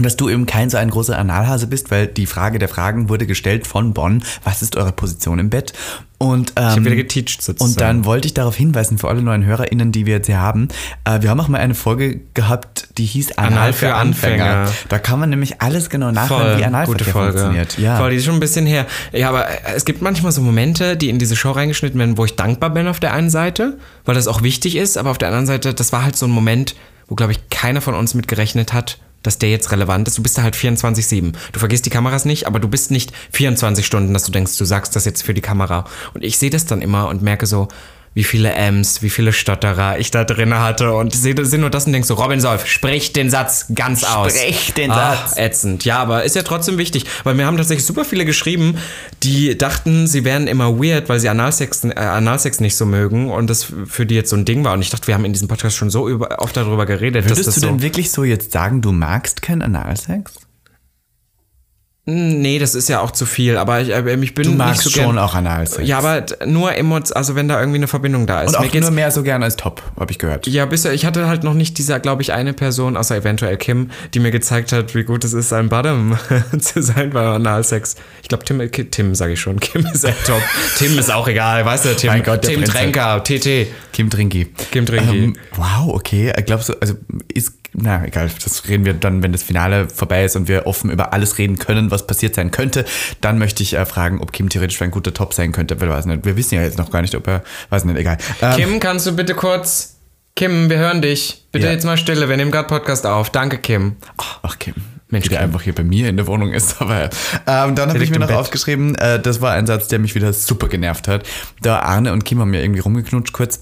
Speaker 2: Dass du eben kein so ein großer Analhase bist, weil die Frage der Fragen wurde gestellt von Bonn. Was ist eure Position im Bett? Und, ähm, ich
Speaker 1: wieder geteacht sozusagen.
Speaker 2: Und dann wollte ich darauf hinweisen, für alle neuen HörerInnen, die wir jetzt hier haben, äh, wir haben auch mal eine Folge gehabt, die hieß Anal, für,
Speaker 1: für
Speaker 2: Anfänger.
Speaker 1: Anfänger.
Speaker 2: Da kann man nämlich alles genau nachhören, wie Analverkehr funktioniert. Ja.
Speaker 1: Voll, die ist schon ein bisschen her. Ja, aber es gibt manchmal so Momente, die in diese Show reingeschnitten werden, wo ich dankbar bin auf der einen Seite, weil das auch wichtig ist, aber auf der anderen Seite, das war halt so ein Moment, wo, glaube ich, keiner von uns mit gerechnet hat, dass der jetzt relevant ist. Du bist da halt 24-7. Du vergisst die Kameras nicht, aber du bist nicht 24 Stunden, dass du denkst, du sagst das jetzt für die Kamera. Und ich sehe das dann immer und merke so, wie viele M's, wie viele Stotterer ich da drin hatte und sehe seh nur das und denk so, Robin Solf, sprich den Satz ganz aus.
Speaker 2: Sprich den Satz.
Speaker 1: Ätzend. Ja, aber ist ja trotzdem wichtig, weil mir haben tatsächlich super viele geschrieben, die dachten, sie wären immer weird, weil sie Analsex, äh, Analsex nicht so mögen und das für die jetzt so ein Ding war. Und ich dachte, wir haben in diesem Podcast schon so über, oft darüber geredet,
Speaker 2: Würdest
Speaker 1: dass das
Speaker 2: du
Speaker 1: so.
Speaker 2: denn wirklich so jetzt sagen, du magst keinen Analsex?
Speaker 1: Hm, nee, das ist ja auch zu viel, aber ich, äh, ich bin
Speaker 2: Du magst
Speaker 1: nicht so
Speaker 2: schon
Speaker 1: gern,
Speaker 2: auch Analsex.
Speaker 1: Ja, aber d- nur Emots, also wenn da irgendwie eine Verbindung da ist.
Speaker 2: Und
Speaker 1: Mir
Speaker 2: auch
Speaker 1: geht's-
Speaker 2: nur mehr so gern als top, habe ich gehört.
Speaker 1: Ja, bisher, ich hatte halt noch nicht dieser, glaube ich, eine Person, außer eventuell Kim, die mir gezeigt hat, wie gut es ist, ein Badam zu sein bei Analsex. Ich glaube, Tim, äh, Ki- Tim sage ich schon, Kim ist ein Top. Tim ist auch egal, weißt du, Tim,
Speaker 2: Mein Gott, der
Speaker 1: Tim
Speaker 2: Prinz.
Speaker 1: Tränker, TT.
Speaker 2: Kim Trinki. Ähm,
Speaker 1: Kim Trinki.
Speaker 2: wow, okay. Glaubst du, also ist, na egal, das reden wir dann, wenn das Finale vorbei ist und wir offen über alles reden können, was passiert sein könnte. Dann möchte ich äh, fragen, ob Kim theoretisch ein guter Top sein könnte. Wir, weiß nicht, wir wissen ja jetzt noch gar nicht, ob er, weiß nicht, egal. Ähm,
Speaker 1: Kim, kannst du bitte kurz. Kim, wir hören dich. Bitte
Speaker 2: Ja.
Speaker 1: jetzt mal Stille, wir nehmen gerade Podcast auf. Danke, Kim.
Speaker 2: Ach, Kim.
Speaker 1: Mensch,
Speaker 2: Mensch, der
Speaker 1: Kim.
Speaker 2: einfach hier bei mir in der Wohnung ist. Aber ähm, dann habe ich
Speaker 1: liegt
Speaker 2: mir
Speaker 1: im
Speaker 2: noch
Speaker 1: Bett.
Speaker 2: aufgeschrieben, äh, das war ein Satz, der mich wieder super genervt hat. Da Arne und Kim haben ja irgendwie rumgeknutscht kurz.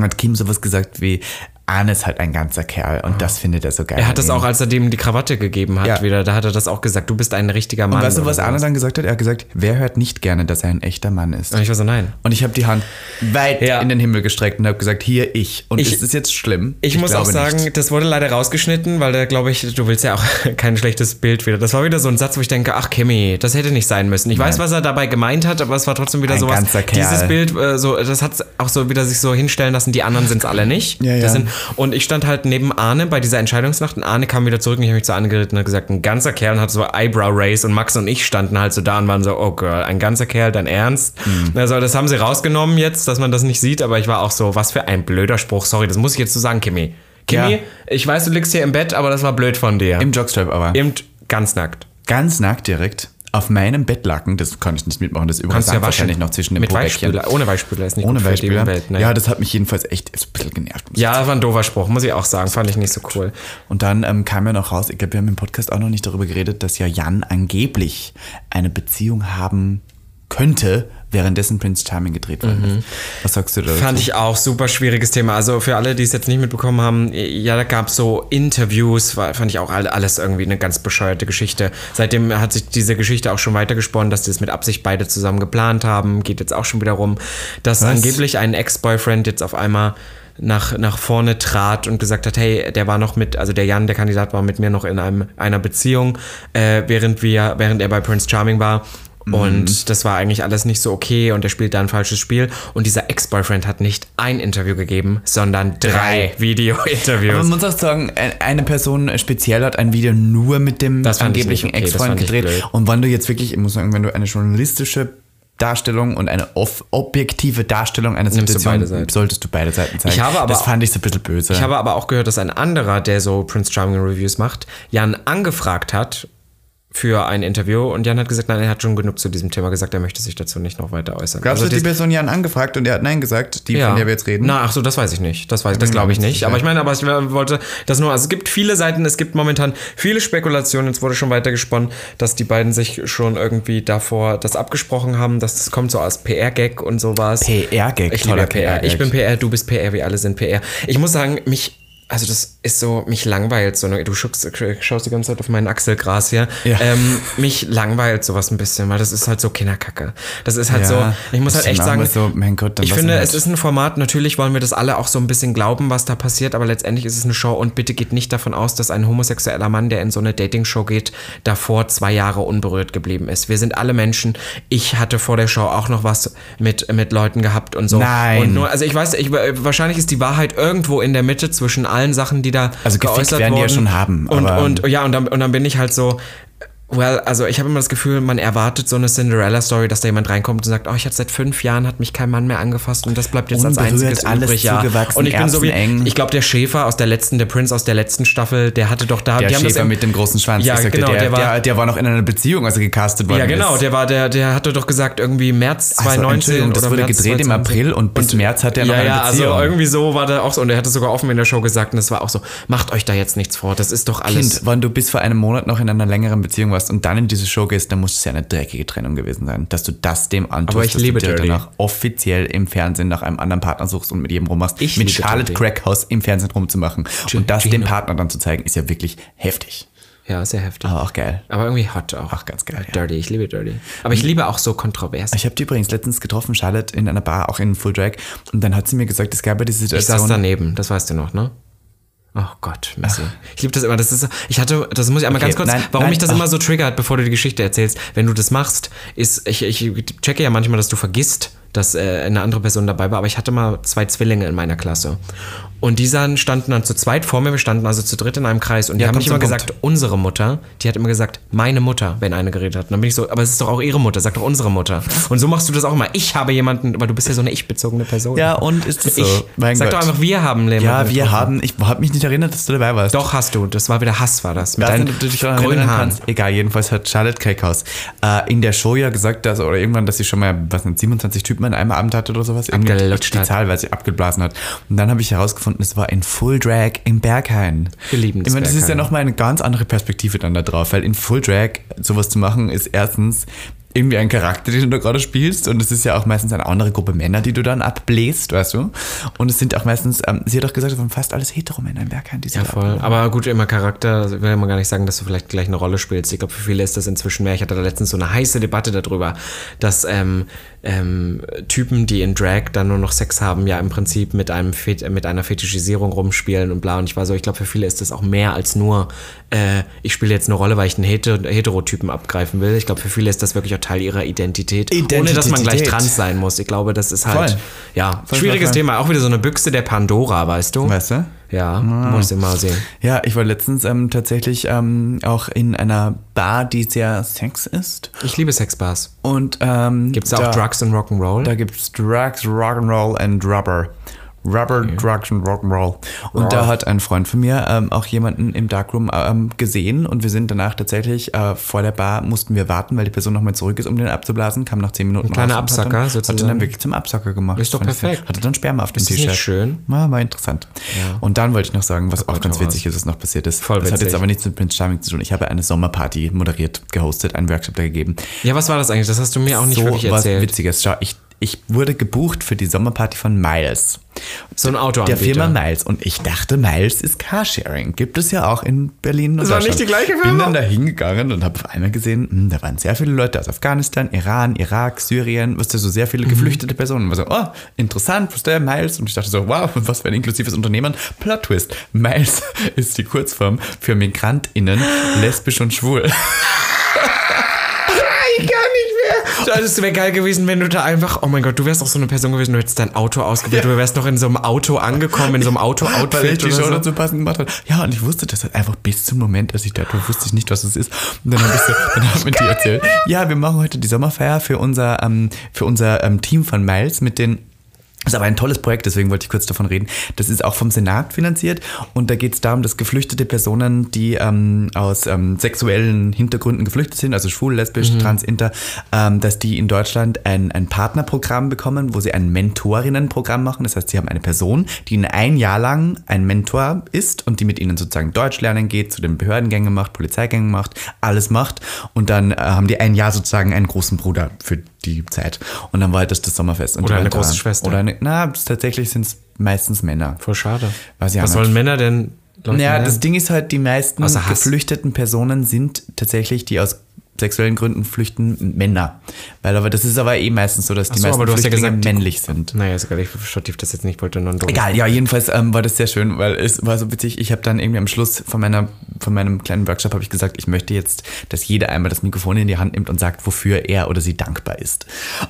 Speaker 2: Hat Kim sowas gesagt wie, Arne ist halt ein ganzer Kerl und das findet er so geil.
Speaker 1: Ah. Er hat das
Speaker 2: an ihm.
Speaker 1: auch, als er dem die Krawatte gegeben hat,
Speaker 2: Ja.
Speaker 1: wieder, da hat er das auch gesagt, du bist ein richtiger Mann.
Speaker 2: Und weißt du,
Speaker 1: oder
Speaker 2: was Arne
Speaker 1: sowas.
Speaker 2: dann gesagt hat? Er hat gesagt, wer hört nicht gerne, dass er ein echter Mann ist?
Speaker 1: Und ich war so, nein.
Speaker 2: Und ich habe die Hand weit
Speaker 1: Ja.
Speaker 2: in den Himmel gestreckt und habe gesagt, hier ich. Und
Speaker 1: Ich-
Speaker 2: ist es jetzt schlimm?
Speaker 1: Ich, muss auch
Speaker 2: glaube
Speaker 1: sagen,
Speaker 2: nicht.
Speaker 1: das wurde leider rausgeschnitten, weil da glaube ich, du willst ja auch kein schlechtes Bild wieder. Das war wieder so ein Satz, wo ich denke, ach Kimi, das hätte nicht sein müssen. Ich weiß, was er dabei gemeint hat, aber es war trotzdem wieder
Speaker 2: Ein
Speaker 1: sowas.
Speaker 2: ganzer Kerl.
Speaker 1: Dieses Bild, äh, so, das hat auch so wieder sich so hinstellen lassen, die anderen sind es alle nicht.
Speaker 2: Ja,
Speaker 1: Das
Speaker 2: ja.
Speaker 1: Sind, und ich stand halt neben Arne bei dieser Entscheidungsnacht und Arne kam wieder zurück und ich habe mich zu Arne geritten und hab gesagt, ein ganzer Kerl und hat so Eyebrow Raise und Max und ich standen halt so da und waren so, oh Girl, ein ganzer Kerl, dein Ernst?
Speaker 2: Mhm.
Speaker 1: Also das haben sie rausgenommen jetzt, dass man das nicht sieht, aber ich war auch so, was für ein blöder Spruch, sorry, das muss ich jetzt so sagen, Kimi. Kimi,
Speaker 2: Ja.
Speaker 1: ich weiß, du liegst hier im Bett, aber das war blöd von dir.
Speaker 2: Im Jogstrap aber.
Speaker 1: Im ganz nackt.
Speaker 2: Ganz nackt direkt. Auf meinem Bettlaken, das kann ich nicht mitmachen, das
Speaker 1: Kannst du
Speaker 2: überrascht
Speaker 1: ja waschen.
Speaker 2: wahrscheinlich noch zwischen den
Speaker 1: Mit
Speaker 2: Pobäckchen.
Speaker 1: Weichspüler. Ohne Weichspüler ist nicht
Speaker 2: Ohne
Speaker 1: gut für die
Speaker 2: Beispiel.
Speaker 1: Umwelt. Ne?
Speaker 2: Ja, das hat mich jedenfalls echt so ein bisschen genervt.
Speaker 1: ja, das war ein doofer Spruch, muss ich auch sagen. Fand ich nicht so cool.
Speaker 2: Und dann ähm, kam ja noch raus, ich glaube, wir haben im Podcast auch noch nicht darüber geredet, dass ja Jan angeblich eine Beziehung haben könnte, währenddessen Prince Charming gedreht worden ist. Was sagst du dazu?
Speaker 1: Mhm. Fand ich auch super schwieriges Thema. Also für alle, die es jetzt nicht mitbekommen haben, ja, da gab es so Interviews, war, fand ich auch all- alles irgendwie eine ganz bescheuerte Geschichte. Seitdem hat sich diese Geschichte auch schon weitergesponnen, dass die es mit Absicht beide zusammen geplant haben. Geht jetzt auch schon wieder rum, dass angeblich ein Ex-Boyfriend jetzt auf einmal nach, nach vorne trat und gesagt hat, hey, der war noch mit, also der Jan, der Kandidat war mit mir noch in einem, einer Beziehung, äh, während wir, während er bei Prince Charming war.
Speaker 2: Mhm.
Speaker 1: Und das war eigentlich alles nicht so okay und er spielt da ein falsches Spiel. Und dieser Ex-Boyfriend hat nicht ein Interview gegeben, sondern drei
Speaker 2: Man
Speaker 1: Video-Interviews.
Speaker 2: muss auch sagen, ein- eine Person speziell hat ein Video nur mit dem
Speaker 1: Das fand ich
Speaker 2: angeblichen
Speaker 1: nicht okay, das
Speaker 2: Ex-Freund
Speaker 1: fand ich
Speaker 2: gedreht.
Speaker 1: blöd.
Speaker 2: Und wenn du jetzt wirklich, ich muss sagen, wenn du eine journalistische Darstellung und eine off- objektive Darstellung einer
Speaker 1: Nimmst du
Speaker 2: Situation
Speaker 1: beide Seiten.
Speaker 2: solltest du beide Seiten zeigen.
Speaker 1: Ich habe aber-
Speaker 2: das fand ich so ein bisschen böse.
Speaker 1: Ich habe aber auch gehört, dass ein anderer, der so Prince Charming Reviews macht, Jan angefragt hat für ein Interview und Jan hat gesagt, nein, er hat schon genug zu diesem Thema gesagt, er möchte sich dazu nicht noch weiter äußern.
Speaker 2: Gab's
Speaker 1: Also
Speaker 2: hat die
Speaker 1: dies-
Speaker 2: Person Jan angefragt und er hat Nein gesagt, die von der wir jetzt reden. Hm,
Speaker 1: Na, ach so, das weiß ich nicht. Das weiß, das
Speaker 2: mir
Speaker 1: glaube ich
Speaker 2: nicht
Speaker 1: nicht.
Speaker 2: sicher.
Speaker 1: Aber ich meine, aber ich wollte das nur. Also es gibt viele Seiten. Es gibt momentan viele Spekulationen. Jetzt wurde schon weitergesponnen, dass die beiden sich schon irgendwie davor das abgesprochen haben, dass das kommt so als PR-Gag und sowas.
Speaker 2: PR-Gag,
Speaker 1: Ich liebe
Speaker 2: toller
Speaker 1: PR.
Speaker 2: PR-Gag.
Speaker 1: Ich bin PR, du bist PR, wir alle sind PR. Ich muss sagen, mich also das ist so, mich langweilt so, eine- du schuckst, schaust die ganze Zeit auf meinen Achselgras hier,
Speaker 2: Ja.
Speaker 1: ähm, mich langweilt sowas ein bisschen, weil das ist halt so Kinderkacke. Das ist halt
Speaker 2: Ja,
Speaker 1: so, ich muss halt
Speaker 2: bisschen
Speaker 1: echt sagen,
Speaker 2: langweilig, so, mein Gott, dann
Speaker 1: ich
Speaker 2: lass
Speaker 1: finde,
Speaker 2: ihn
Speaker 1: es
Speaker 2: halt.
Speaker 1: ist ein Format, natürlich wollen wir das alle auch so ein bisschen glauben, was da passiert, aber letztendlich ist es eine Show und bitte geht nicht davon aus, dass ein homosexueller Mann, der in so eine Dating-Show geht, davor zwei Jahre unberührt geblieben ist. Wir sind alle Menschen. Ich hatte vor der Show auch noch was mit, mit Leuten gehabt und so.
Speaker 2: Nein.
Speaker 1: Und nur, also ich weiß, ich, wahrscheinlich ist die Wahrheit irgendwo in der Mitte zwischen allen Sachen, die da
Speaker 2: Also gefickt
Speaker 1: geäußert
Speaker 2: werden die ja
Speaker 1: wurden.
Speaker 2: schon haben,
Speaker 1: Und,
Speaker 2: aber-
Speaker 1: und ja, und dann, und dann bin ich halt so. Well, also ich habe immer das Gefühl, man erwartet so eine Cinderella-Story, dass da jemand reinkommt und sagt, oh, ich habe seit fünf Jahren, hat mich kein Mann mehr angefasst und das bleibt jetzt als
Speaker 2: Unberührt,
Speaker 1: einziges
Speaker 2: alles
Speaker 1: übrig. Ja.
Speaker 2: zugewachsen,
Speaker 1: Und ich bin so wie,
Speaker 2: erbseneng.
Speaker 1: ich glaube, der Schäfer aus der letzten, der Prince aus der letzten Staffel, der hatte doch da,
Speaker 2: der
Speaker 1: die haben das
Speaker 2: Schäfer
Speaker 1: im-
Speaker 2: mit dem großen Schwanz.
Speaker 1: Ja,
Speaker 2: ich sagte,
Speaker 1: genau,
Speaker 2: der,
Speaker 1: der war-
Speaker 2: der, der war noch in einer Beziehung, als er gecastet worden
Speaker 1: ja, genau,
Speaker 2: ist.
Speaker 1: der war, der, der hatte doch gesagt, irgendwie März
Speaker 2: Also,
Speaker 1: 2019
Speaker 2: Entschuldigung, das
Speaker 1: oder
Speaker 2: wurde
Speaker 1: März
Speaker 2: gedreht im
Speaker 1: 2020.
Speaker 2: April und bis März hat er noch
Speaker 1: Ja,
Speaker 2: eine
Speaker 1: ja,
Speaker 2: Beziehung.
Speaker 1: also irgendwie so war der auch so. Und er hat es sogar offen in der Show gesagt und das war auch so, macht euch da jetzt nichts vor, das ist doch alles.
Speaker 2: Kind, wenn du bis vor einem Monat noch in einer längeren Beziehung warst und dann in diese Show gehst, dann muss es ja eine dreckige Trennung gewesen sein, dass du das dem antust,
Speaker 1: Aber ich
Speaker 2: dass
Speaker 1: liebe
Speaker 2: du dir
Speaker 1: Dirty.
Speaker 2: danach offiziell im Fernsehen nach einem anderen Partner suchst und mit jedem rummachst.
Speaker 1: Ich
Speaker 2: mit
Speaker 1: liebe Dirty.
Speaker 2: Charlotte Crackhouse im Fernsehen rumzumachen und das
Speaker 1: Gino.
Speaker 2: dem Partner dann zu zeigen, ist ja wirklich heftig.
Speaker 1: Ja, sehr heftig.
Speaker 2: Aber auch geil.
Speaker 1: Aber irgendwie hot auch.
Speaker 2: Auch Ah. ganz geil, ja. Mhm.
Speaker 1: Dirty, ich liebe Dirty. Aber ich liebe auch so kontrovers.
Speaker 2: Ich habe die übrigens letztens getroffen, Charlotte, in einer Bar, auch in Full Drag. Und dann hat sie mir gesagt, es gab ja diese
Speaker 1: Ich saß
Speaker 2: Situation.
Speaker 1: daneben, das weißt du noch, ne? Oh Gott, Messi. Ich liebe das immer. Das ist, so- ich hatte, das muss ich einmal
Speaker 2: Okay,
Speaker 1: ganz kurz,
Speaker 2: nein,
Speaker 1: warum
Speaker 2: nein,
Speaker 1: mich das
Speaker 2: ach.
Speaker 1: immer so triggert, bevor du die Geschichte erzählst. Wenn du das machst, ist, ich, ich checke ja manchmal, dass du vergisst, dass äh, eine andere Person dabei war, aber ich hatte mal zwei Zwillinge in meiner Klasse. Und die sahen, standen dann zu zweit vor mir, wir standen also zu dritt in einem Kreis und die haben
Speaker 2: komm
Speaker 1: nicht
Speaker 2: zum
Speaker 1: immer
Speaker 2: Punkt.
Speaker 1: gesagt, unsere Mutter, die hat immer gesagt, meine Mutter, wenn eine geredet hat. Und dann bin ich so, aber es ist doch auch ihre Mutter, sag doch unsere Mutter. Und so machst du das auch immer. Ich habe jemanden, weil du bist ja so eine ich-bezogene Person.
Speaker 2: Ja, und ist das so?
Speaker 1: Ich,
Speaker 2: Mein
Speaker 1: sag
Speaker 2: Gott.
Speaker 1: doch einfach, wir haben Lehmann.
Speaker 2: Ja, wir haben, ich habe mich nicht erinnert, dass du dabei warst.
Speaker 1: Doch hast du. Das war wieder Hass, war das. Mit
Speaker 2: Weiß
Speaker 1: deinen
Speaker 2: nicht, ob du dich daran
Speaker 1: grünen
Speaker 2: erinnern
Speaker 1: Haaren.
Speaker 2: kannst. Egal, jedenfalls hat Charlotte Crackhouse äh, in der Show ja gesagt, dass, oder irgendwann, dass sie schon mal was sind, 27 Typen an einem Abend hatte oder sowas. Irgendwie
Speaker 1: Abgelutscht
Speaker 2: die, die
Speaker 1: hat.
Speaker 2: Zahl, weil sie abgeblasen hat. Und dann habe ich herausgefunden, es war in Full Drag im Berghain.
Speaker 1: Wir lieben das
Speaker 2: Ich meine, das ist ja
Speaker 1: Berghain.
Speaker 2: nochmal eine ganz andere Perspektive dann da drauf, weil in Full Drag sowas zu machen ist erstens irgendwie ein Charakter, den du gerade spielst und es ist ja auch meistens eine andere Gruppe Männer, die du dann abbläst, weißt du? Und es sind auch meistens, ähm, sie hat auch gesagt, es waren fast alles Hetero-Männer im Berghain, die sie
Speaker 1: Ja,
Speaker 2: da
Speaker 1: voll. Aber gut, immer Charakter. also Ich will ja mal gar nicht sagen, dass du vielleicht gleich eine Rolle spielst. Ich glaube, für viele ist das inzwischen mehr. Ich hatte da letztens so eine heiße Debatte darüber, dass ähm, ähm, Typen, die in Drag dann nur noch Sex haben, ja im Prinzip mit, einem Fet mit einer Fetischisierung rumspielen und bla. Und ich war so, ich glaube, für viele ist das auch mehr als nur, äh, ich spiele jetzt eine Rolle, weil ich einen Heter Heterotypen abgreifen will. Ich glaube, für viele ist das wirklich auch Teil ihrer Identität. Ohne, dass man gleich
Speaker 2: Identität.
Speaker 1: trans sein muss. Ich glaube, das ist halt,
Speaker 2: Voll.
Speaker 1: ja,
Speaker 2: Voll,
Speaker 1: schwieriges
Speaker 2: voll, voll.
Speaker 1: Thema. Auch wieder so eine Büchse der Pandora, weißt du?
Speaker 2: Weißt du?
Speaker 1: Ja, muss ich mal sehen.
Speaker 2: Ja, ich war letztens ähm, tatsächlich ähm, auch in einer Bar, die sehr sex ist.
Speaker 1: Ich liebe Sexbars.
Speaker 2: Und ähm,
Speaker 1: Gibt es da, auch Drugs und Rock'n'Roll?
Speaker 2: Da gibt's Drugs, Rock'n'Roll and Rubber. Rubber, Drugs und Rock'n'Roll. Und da hat ein Freund von mir ähm, auch jemanden im Darkroom ähm, gesehen und wir sind danach tatsächlich äh, vor der Bar, mussten wir warten, weil die Person nochmal zurück ist, um den abzublasen, kam nach 10 Minuten Ein
Speaker 1: kleiner Absacker
Speaker 2: hat dann, hat
Speaker 1: sozusagen.
Speaker 2: den dann wirklich zum Absacker gemacht.
Speaker 1: Ist doch
Speaker 2: Fand ich sehr-
Speaker 1: perfekt.
Speaker 2: Hatte dann Sperma auf dem
Speaker 1: Ist das
Speaker 2: T-Shirt.
Speaker 1: nicht schön?
Speaker 2: War, war interessant. Und dann wollte ich noch sagen, was auch ganz
Speaker 1: hau raus.
Speaker 2: witzig ist, was noch passiert ist.
Speaker 1: Voll
Speaker 2: das hat
Speaker 1: witzig.
Speaker 2: jetzt aber nichts mit Prince Charming zu tun. Ich habe eine Sommerparty moderiert, gehostet, einen Workshop da gegeben
Speaker 1: ja, was war das eigentlich? Das hast du mir auch nicht wirklich
Speaker 2: was
Speaker 1: erzählt.
Speaker 2: Witziges. Schau, ich, ich wurde gebucht für die Sommerparty von Miles.
Speaker 1: so ein Auto
Speaker 2: Der Firma Miles. Und ich dachte, Miles ist Carsharing. Gibt es ja auch in Berlin. Das
Speaker 1: war nicht die gleiche
Speaker 2: Bin
Speaker 1: Firma?
Speaker 2: dann da hingegangen und habe auf einmal gesehen, hm, da waren sehr viele Leute aus Afghanistan, Iran, Irak, Syrien, was da so sehr
Speaker 1: Mhm.
Speaker 2: viele geflüchtete Personen. Und war so, oh, interessant, was ist der Miles? Und ich dachte so, wow, was für ein inklusives Unternehmen. Plot Twist. Miles ist die Kurzform für MigrantInnen, lesbisch und schwul.
Speaker 1: Ich kann nicht mehr. Es wäre geil gewesen, wenn du da einfach, oh mein Gott, du wärst auch so eine Person gewesen, du hättest dein Auto ausgewählt, du wärst noch in so einem Auto angekommen, in so einem
Speaker 2: Weil ich
Speaker 1: Auto-Outfit
Speaker 2: die
Speaker 1: oder
Speaker 2: Show
Speaker 1: so.
Speaker 2: dazu passend gemacht habe. Ja, und ich wusste das halt einfach bis zum Moment, als ich da war, wusste ich nicht, was es ist. Und dann habe ich so, dann hab mir die erzählt, ja, wir machen heute die Sommerfeier für unser, ähm, für unser ähm, Team von Miles mit den das ist aber ein tolles Projekt, deswegen wollte ich kurz davon reden. Das ist auch vom Senat finanziert und da geht es darum, dass geflüchtete Personen, die ähm, aus ähm, sexuellen Hintergründen geflüchtet sind, also schwul, lesbisch,
Speaker 1: Mhm.
Speaker 2: trans, inter, ähm, dass die in Deutschland ein, ein Partnerprogramm bekommen, wo sie ein Mentorinnenprogramm machen. Das heißt, sie haben eine Person, die ihnen ein Jahr lang ein Mentor ist und die mit ihnen sozusagen Deutsch lernen geht, zu den Behördengängen macht, Polizeigängen macht, alles macht. Und dann äh, haben die ein Jahr sozusagen einen großen Bruder für die Zeit. Und dann war halt das das Sommerfest. Und
Speaker 1: Oder
Speaker 2: die
Speaker 1: eine
Speaker 2: Mentoren-
Speaker 1: große Schwester.
Speaker 2: Oder eine, na, das- tatsächlich sind es meistens Männer.
Speaker 1: Voll schade.
Speaker 2: Weiß ich auch
Speaker 1: Was
Speaker 2: nicht.
Speaker 1: sollen Männer denn? ne? Leuten
Speaker 2: Ja,
Speaker 1: lernen?
Speaker 2: das Ding ist halt, die meisten
Speaker 1: Außer Hass.
Speaker 2: geflüchteten Personen sind tatsächlich, die aus sexuellen Gründen flüchten, Männer. Weil aber das ist aber eh meistens so, dass die
Speaker 1: so,
Speaker 2: meisten
Speaker 1: aber du hast ja
Speaker 2: Flüchtlinge
Speaker 1: gesagt, die-
Speaker 2: männlich sind.
Speaker 1: Naja, ist egal, ich vertief das jetzt nicht, wollte nur einen Druck.
Speaker 2: Egal, ja, jedenfalls ähm, war das sehr schön, weil es war so witzig. Ich habe dann irgendwie am Schluss von, meiner, von meinem kleinen Workshop habe ich gesagt, ich möchte jetzt, dass jeder einmal das Mikrofon in die Hand nimmt und sagt, wofür er oder sie dankbar ist.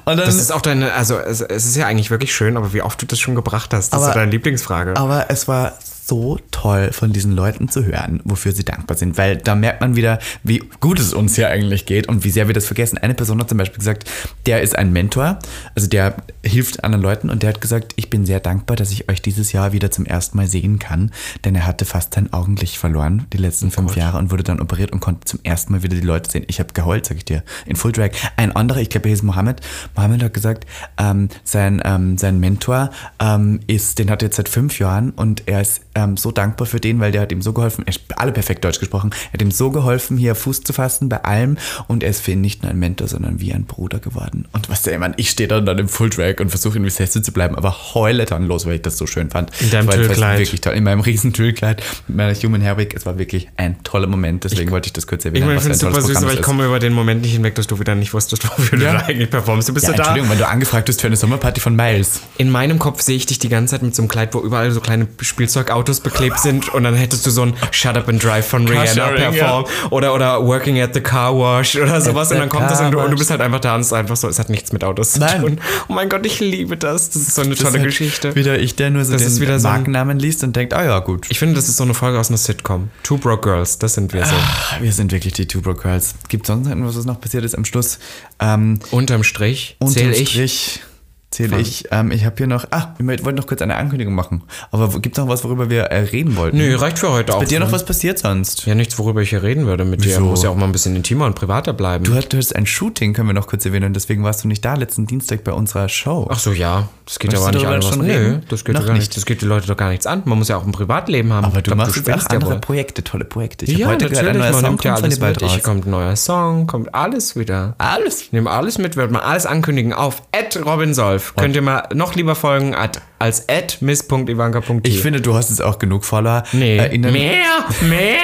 Speaker 2: Und dann,
Speaker 1: Das ist auch deine, also es, es ist ja eigentlich wirklich schön, aber wie oft du das schon gebracht hast, das ist
Speaker 2: Aber-
Speaker 1: so deine Lieblingsfrage.
Speaker 2: Aber es war so toll, von diesen Leuten zu hören, wofür sie dankbar sind, weil da merkt man wieder, wie gut es uns hier eigentlich geht und wie sehr wir das vergessen. Eine Person hat zum Beispiel gesagt, der ist ein Mentor, also der hilft anderen Leuten und der hat gesagt, ich bin sehr dankbar, dass ich euch dieses Jahr wieder zum ersten Mal sehen kann, denn er hatte fast sein Augenlicht verloren die letzten fünf Jahre und wurde dann operiert und konnte zum ersten Mal wieder die Leute sehen. Ich habe geheult, sag ich dir, in Full Drag. Ein anderer, ich glaube, er hieß Mohammed, Mohammed hat gesagt, ähm, sein, ähm, sein Mentor ähm, ist, den hat er jetzt seit fünf Jahren und er ist ähm, so dankbar für den, weil der hat ihm so geholfen, er hat alle perfekt Deutsch gesprochen, er hat ihm so geholfen, hier Fuß zu fassen bei allem und er ist für ihn nicht nur ein Mentor, sondern wie ein Bruder geworden. Und was der Mann, ich stehe dann dann im Full Drag und versuche irgendwie feste zu bleiben, aber heule dann los, weil ich das so schön fand.
Speaker 1: In deinem
Speaker 2: Weil das
Speaker 1: Tüllkleid.
Speaker 2: Wirklich toll, in meinem riesen Tüllkleid, mit meiner Human Hairwig, es war wirklich ein toller Moment, deswegen wollte ich das
Speaker 1: ich
Speaker 2: kurz erwähnen,
Speaker 1: meine, ich
Speaker 2: was
Speaker 1: finde es
Speaker 2: für ein
Speaker 1: super
Speaker 2: tolles
Speaker 1: süß,
Speaker 2: Programm
Speaker 1: aber
Speaker 2: es
Speaker 1: ich
Speaker 2: ist.
Speaker 1: komme über den Moment nicht hinweg, dass du wieder nicht wusstest, wofür du
Speaker 2: Ja.
Speaker 1: da eigentlich performst. Du bist
Speaker 2: ja,
Speaker 1: du da.
Speaker 2: Entschuldigung, weil du angefragt bist für eine Sommerparty von Miles.
Speaker 1: In meinem Kopf sehe ich dich die ganze Zeit mit so einem Kleid, wo überall so kleine Spielzeugautos beklebt sind und dann hättest du so ein Shut Up and Drive von Rihanna
Speaker 2: Carsharing,
Speaker 1: performt oder, oder Working at the Car Wash oder sowas
Speaker 2: the
Speaker 1: und dann kommt das
Speaker 2: car
Speaker 1: und du, und du
Speaker 2: wash.
Speaker 1: bist halt einfach da und es ist einfach so, es hat nichts mit Autos zu
Speaker 2: Nein.
Speaker 1: tun. Oh mein Gott, ich liebe das. Das ist so eine
Speaker 2: Das
Speaker 1: tolle
Speaker 2: ist halt
Speaker 1: Geschichte.
Speaker 2: Wieder ich, der nur so
Speaker 1: Das
Speaker 2: den
Speaker 1: ist wieder so ein-
Speaker 2: Markennamen liest und denkt, ah ja, gut.
Speaker 1: Ich finde, das ist so eine Folge aus einer Sitcom. Two Broke Girls, das sind wir so.
Speaker 2: Ach, Ah, wir sind wirklich die Two Broke Girls. Gibt sonst irgendwas, was noch passiert ist am Schluss? Ähm,
Speaker 1: Unterm Strich
Speaker 2: unterm
Speaker 1: zähle ich.
Speaker 2: Strich zähle ich. Ähm, ich habe hier noch, ah, wir wollten noch kurz eine Ankündigung machen. Aber gibt es noch was, worüber wir äh, reden wollten?
Speaker 1: Nö, reicht für heute auch.
Speaker 2: Bei dir noch was passiert sonst?
Speaker 1: Ja, nichts, worüber ich hier reden würde mit dir.
Speaker 2: Wieso?
Speaker 1: Muss ja auch mal ein bisschen intimer und privater bleiben.
Speaker 2: Du hattest ein Shooting, können wir noch kurz erwähnen, und deswegen warst du nicht da letzten Dienstag bei unserer Show.
Speaker 1: Ach so, ja. Das geht
Speaker 2: Möchtest
Speaker 1: aber
Speaker 2: du
Speaker 1: nicht
Speaker 2: darüber
Speaker 1: an. Was,
Speaker 2: schon
Speaker 1: nö,
Speaker 2: reden?
Speaker 1: das geht,
Speaker 2: Noch
Speaker 1: doch gar nicht.
Speaker 2: nicht.
Speaker 1: das geht die Leute doch gar nichts an. Man muss ja auch ein Privatleben haben.
Speaker 2: aber
Speaker 1: Ich
Speaker 2: du
Speaker 1: glaub,
Speaker 2: machst jetzt auch
Speaker 1: spinnst ja
Speaker 2: andere
Speaker 1: wohl.
Speaker 2: Projekte, tolle Projekte. Ich hab
Speaker 1: Ja,
Speaker 2: ein
Speaker 1: natürlich.
Speaker 2: neuer
Speaker 1: Man
Speaker 2: Song
Speaker 1: nimmt ja
Speaker 2: kommt von
Speaker 1: alles
Speaker 2: dir bald
Speaker 1: mit. Ich
Speaker 2: raus.
Speaker 1: kommt ein neuer Song, kommt alles wieder.
Speaker 2: Alles.
Speaker 1: Ich nehme alles mit, wird mal alles ankündigen auf @robinsolf. Könnt ihr mal noch lieber folgen at, als @miss.ivanka.de.
Speaker 2: Ich finde, du hast jetzt auch genug Follower.
Speaker 1: Nee.
Speaker 2: Äh, in der-
Speaker 1: mehr, mehr.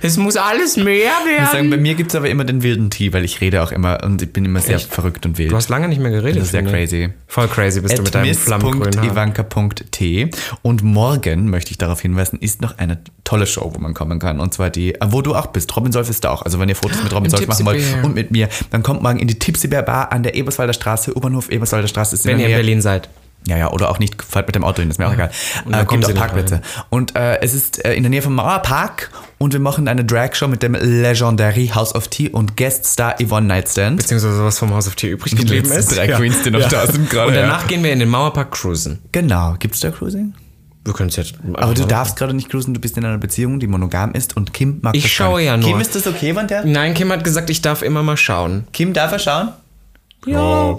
Speaker 1: Es muss alles mehr
Speaker 2: Ich muss sagen, bei
Speaker 1: werden.
Speaker 2: mir gibt es aber immer den wilden Tee, weil ich rede auch immer und ich bin immer sehr verrückt und wild.
Speaker 1: Du hast lange nicht mehr geredet.
Speaker 2: Das ist ja
Speaker 1: finde ich.
Speaker 2: crazy.
Speaker 1: Voll crazy bist du mit deinem flammengrünen Haar.
Speaker 2: miss.ivanka.t und morgen, möchte ich darauf hinweisen, ist noch eine tolle Show, wo man kommen kann und zwar die, äh, wo du auch bist, Robin Solf ist da auch, also wenn ihr Fotos mit Robin Solf machen wollt
Speaker 1: Tipsy Bear.
Speaker 2: und mit mir, dann kommt morgen in die Tipsy Bear Bar an der Eberswalder Straße, U-Bahnhof Eberswalder Straße ist
Speaker 1: Wenn ihr
Speaker 2: der
Speaker 1: in
Speaker 2: Nähe.
Speaker 1: Berlin seid.
Speaker 2: Ja, ja, oder auch nicht, fahrt mit dem Auto hin, ist mir auch egal.
Speaker 1: dann
Speaker 2: Äh,
Speaker 1: kommen
Speaker 2: gibt auch
Speaker 1: sie noch
Speaker 2: Parkplätze. Und äh, es ist äh, in der Nähe vom Mauerpark und wir machen eine Drag-Show mit dem Legendary House of Tea und Guest-Star Yvonne Nightstand.
Speaker 1: Beziehungsweise was vom House of Tea übrig geblieben
Speaker 2: letzten
Speaker 1: ist.
Speaker 2: drei Queens, die noch da sind gerade,
Speaker 1: Und
Speaker 2: ja.
Speaker 1: danach gehen wir in den Mauerpark cruisen.
Speaker 2: Genau, gibt's da Cruising?
Speaker 1: Wir können es jetzt.
Speaker 2: Aber du darfst gerade nicht cruisen, du bist in einer Beziehung, die monogam ist und Kim mag
Speaker 1: Ich
Speaker 2: das gar
Speaker 1: schaue
Speaker 2: nicht.
Speaker 1: ja nur.
Speaker 2: Kim, ist das okay, wenn der?
Speaker 1: Nein, Kim hat gesagt, ich darf immer mal schauen.
Speaker 2: Kim, darf er schauen?
Speaker 1: Ja.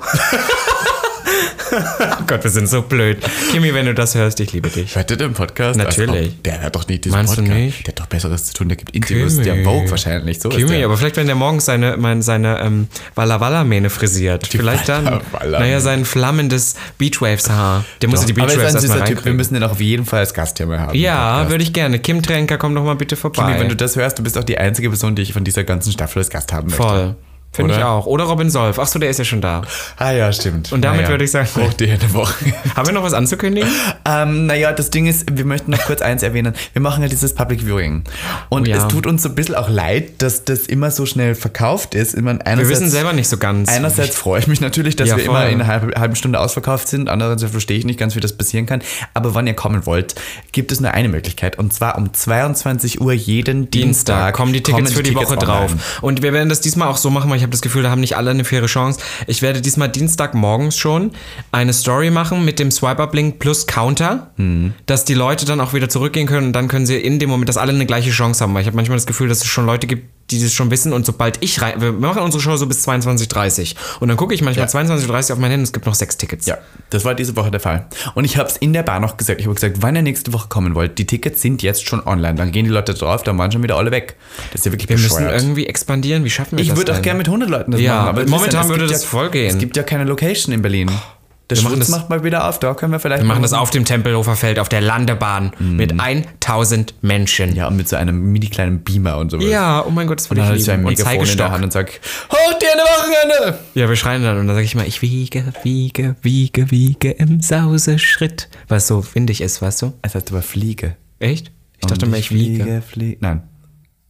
Speaker 1: oh Gott, wir sind so blöd. Kimi, wenn du das hörst, ich liebe dich.
Speaker 2: Hört ihr den Podcast?
Speaker 1: Natürlich.
Speaker 2: Also, der hört doch nicht diesen
Speaker 1: Meinst du
Speaker 2: Podcast.
Speaker 1: nicht?
Speaker 2: Der hat doch Besseres zu tun, der gibt Interviews,
Speaker 1: Kimi.
Speaker 2: der Vogue wahrscheinlich. So ist
Speaker 1: Kimi,
Speaker 2: der.
Speaker 1: aber vielleicht, wenn der morgens seine, mein, seine ähm, Walla Walla Mähne frisiert. vielleicht dann.
Speaker 2: Walla-Walla-Mähne.
Speaker 1: Naja, sein flammendes Beachwaves Haar. Der muss ja die
Speaker 2: aber er ist
Speaker 1: Beachwaves
Speaker 2: ein
Speaker 1: erstmal
Speaker 2: süßer Typ, wir
Speaker 1: reinkriegen.
Speaker 2: müssen den auch auf jeden Fall als Gast hier mal haben.
Speaker 1: Ja, würde ich gerne. Kim Tränker, komm doch mal bitte vorbei.
Speaker 2: Kimi, wenn du das hörst, du bist auch die einzige Person, die ich von dieser ganzen Staffel als Gast haben möchte.
Speaker 1: Voll. Finde ich auch. Oder Robin Solf. Achso, der ist ja schon da.
Speaker 2: Ah ja, stimmt.
Speaker 1: Und damit
Speaker 2: Naja.
Speaker 1: würde ich sagen-
Speaker 2: Braucht ihr eine Woche.
Speaker 1: Haben wir noch was anzukündigen?
Speaker 2: Ähm, naja, das Ding ist, wir möchten noch kurz eins erwähnen. Wir machen ja dieses Public Viewing. Und
Speaker 1: Oh ja.
Speaker 2: es tut uns so ein bisschen auch leid, dass das immer so schnell verkauft ist. Ich meine,
Speaker 1: Wir
Speaker 2: einerseits-
Speaker 1: wissen selber nicht so ganz.
Speaker 2: Einerseits freue ich mich natürlich, dass
Speaker 1: Ja,
Speaker 2: wir immer
Speaker 1: voll.
Speaker 2: in einer halben, halben Stunde ausverkauft sind. Andererseits verstehe ich nicht ganz, wie das passieren kann. Aber wann ihr kommen wollt, gibt es nur eine Möglichkeit. Und zwar um 22 Uhr jeden Dienstag.
Speaker 1: Dienstag kommen die Tickets für die Woche
Speaker 2: online.
Speaker 1: drauf. Und wir werden das diesmal auch so machen, weil ich habe das Gefühl, da haben nicht alle eine faire Chance. Ich werde diesmal Dienstag morgens schon eine Story machen mit dem Swipe-Up-Link plus Counter, dass die Leute dann auch wieder zurückgehen können und dann können sie in dem Moment, dass alle eine gleiche Chance haben. Weil ich habe manchmal das Gefühl, dass es schon Leute gibt, die das schon wissen und sobald ich rein, wir machen unsere Show so bis 22.30 und dann gucke ich manchmal
Speaker 2: Ja.
Speaker 1: 22.30 auf mein Handy und es gibt noch sechs Tickets.
Speaker 2: Ja, das war diese Woche der Fall. Und ich habe es in der Bahn noch gesagt. Ich habe gesagt, wann ihr nächste Woche kommen wollt. Die Tickets sind jetzt schon online. Dann gehen die Leute drauf, dann waren schon wieder alle weg. Das ist ja wirklich
Speaker 1: Wir müssen
Speaker 2: bescheuert.
Speaker 1: irgendwie expandieren. Wie schaffen wir
Speaker 2: Ich
Speaker 1: das
Speaker 2: würde auch
Speaker 1: denn?
Speaker 2: gerne mit 100 Leuten das
Speaker 1: Ja,
Speaker 2: machen. Aber
Speaker 1: momentan
Speaker 2: es gibt
Speaker 1: würde das voll gehen. Oh,
Speaker 2: Es gibt ja keine Location in Berlin. Der
Speaker 1: machen
Speaker 2: Schmutz
Speaker 1: das-
Speaker 2: macht mal wieder auf. Da können wir vielleicht...
Speaker 1: Wir machen das auf dem Tempelhofer Feld, auf der Landebahn
Speaker 2: Mhm.
Speaker 1: mit 1000 Menschen.
Speaker 2: Ja, und mit so einem mini kleinen Beamer und sowas.
Speaker 1: Ja, oh mein Gott, das
Speaker 2: Und
Speaker 1: würde
Speaker 2: dann habe
Speaker 1: ich
Speaker 2: ich so ein
Speaker 1: lieben. Und
Speaker 2: Mikrofon in der Hand
Speaker 1: Zeigestock.
Speaker 2: und sag, hoch dir eine Wochenende!
Speaker 1: Ja, wir schreien dann und dann sage ich mal, ich wiege, wiege, wiege, wiege im Sauseschritt. Was so windig ist, weißt du?
Speaker 2: Es heißt aber Fliege.
Speaker 1: Echt? Ich dachte
Speaker 2: Und
Speaker 1: mir, ich wiege.
Speaker 2: Fliege. Nein.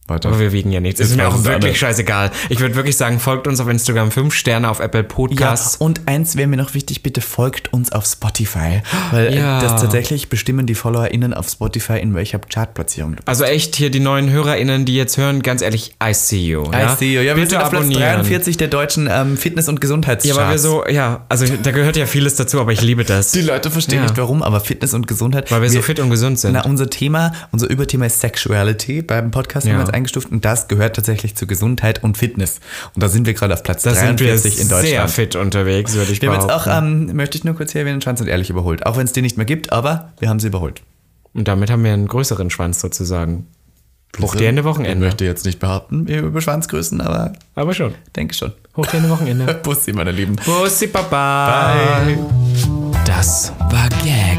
Speaker 2: Warte.
Speaker 1: Aber wir wiegen ja nichts. Ist mir
Speaker 2: war
Speaker 1: auch
Speaker 2: das
Speaker 1: wirklich
Speaker 2: andere.
Speaker 1: scheißegal. Ich würde wirklich sagen, folgt uns auf Instagram 5 Sterne auf Apple
Speaker 2: Ja,
Speaker 1: Podcasts.
Speaker 2: und eins wäre mir noch wichtig, bitte folgt uns auf Spotify, weil äh,
Speaker 1: Ja.
Speaker 2: das tatsächlich bestimmen die FollowerInnen auf Spotify, in welcher Chartplatzierung du bist.
Speaker 1: Also echt hier die neuen HörerInnen, die jetzt hören, ganz ehrlich, I see you.
Speaker 2: I see you. Ja, wir sind auf Platz 43 der deutschen ähm, Fitness- und
Speaker 1: Ja,
Speaker 2: Gesundheitscharts.
Speaker 1: weil wir so, ja, also da gehört ja vieles dazu, aber ich liebe das.
Speaker 2: die Leute verstehen
Speaker 1: Ja.
Speaker 2: nicht warum, aber Fitness und Gesundheit.
Speaker 1: Weil wir, so fit und gesund sind.
Speaker 2: Na, unser Thema, unser Überthema ist Sexuality beim Podcast haben
Speaker 1: Ja.
Speaker 2: wir jetzt eingestuft und das gehört tatsächlich zu Gesundheit und Fitness. Und da sind wir gerade auf Platz
Speaker 1: da sind wir
Speaker 2: 43 in Deutschland.
Speaker 1: sehr fit unterwegs, würde ich
Speaker 2: wir haben
Speaker 1: behaupten.
Speaker 2: jetzt auch, ähm, möchte ich nur kurz hier erwähnen, Schwanz und Ehrlich überholt. Auch wenn es die nicht mehr gibt, aber wir haben sie überholt.
Speaker 1: Und damit haben wir einen größeren Schwanz sozusagen. Hoch die Hände
Speaker 2: Ich
Speaker 1: Wochenende.
Speaker 2: möchte jetzt nicht behaupten, wir über Schwanzgrößen, aber
Speaker 1: Aber schon.
Speaker 2: denke schon.
Speaker 1: Hoch die Hände Wochenende.
Speaker 2: Bussi, meine Lieben.
Speaker 1: Bussi Baba. Das war Gag.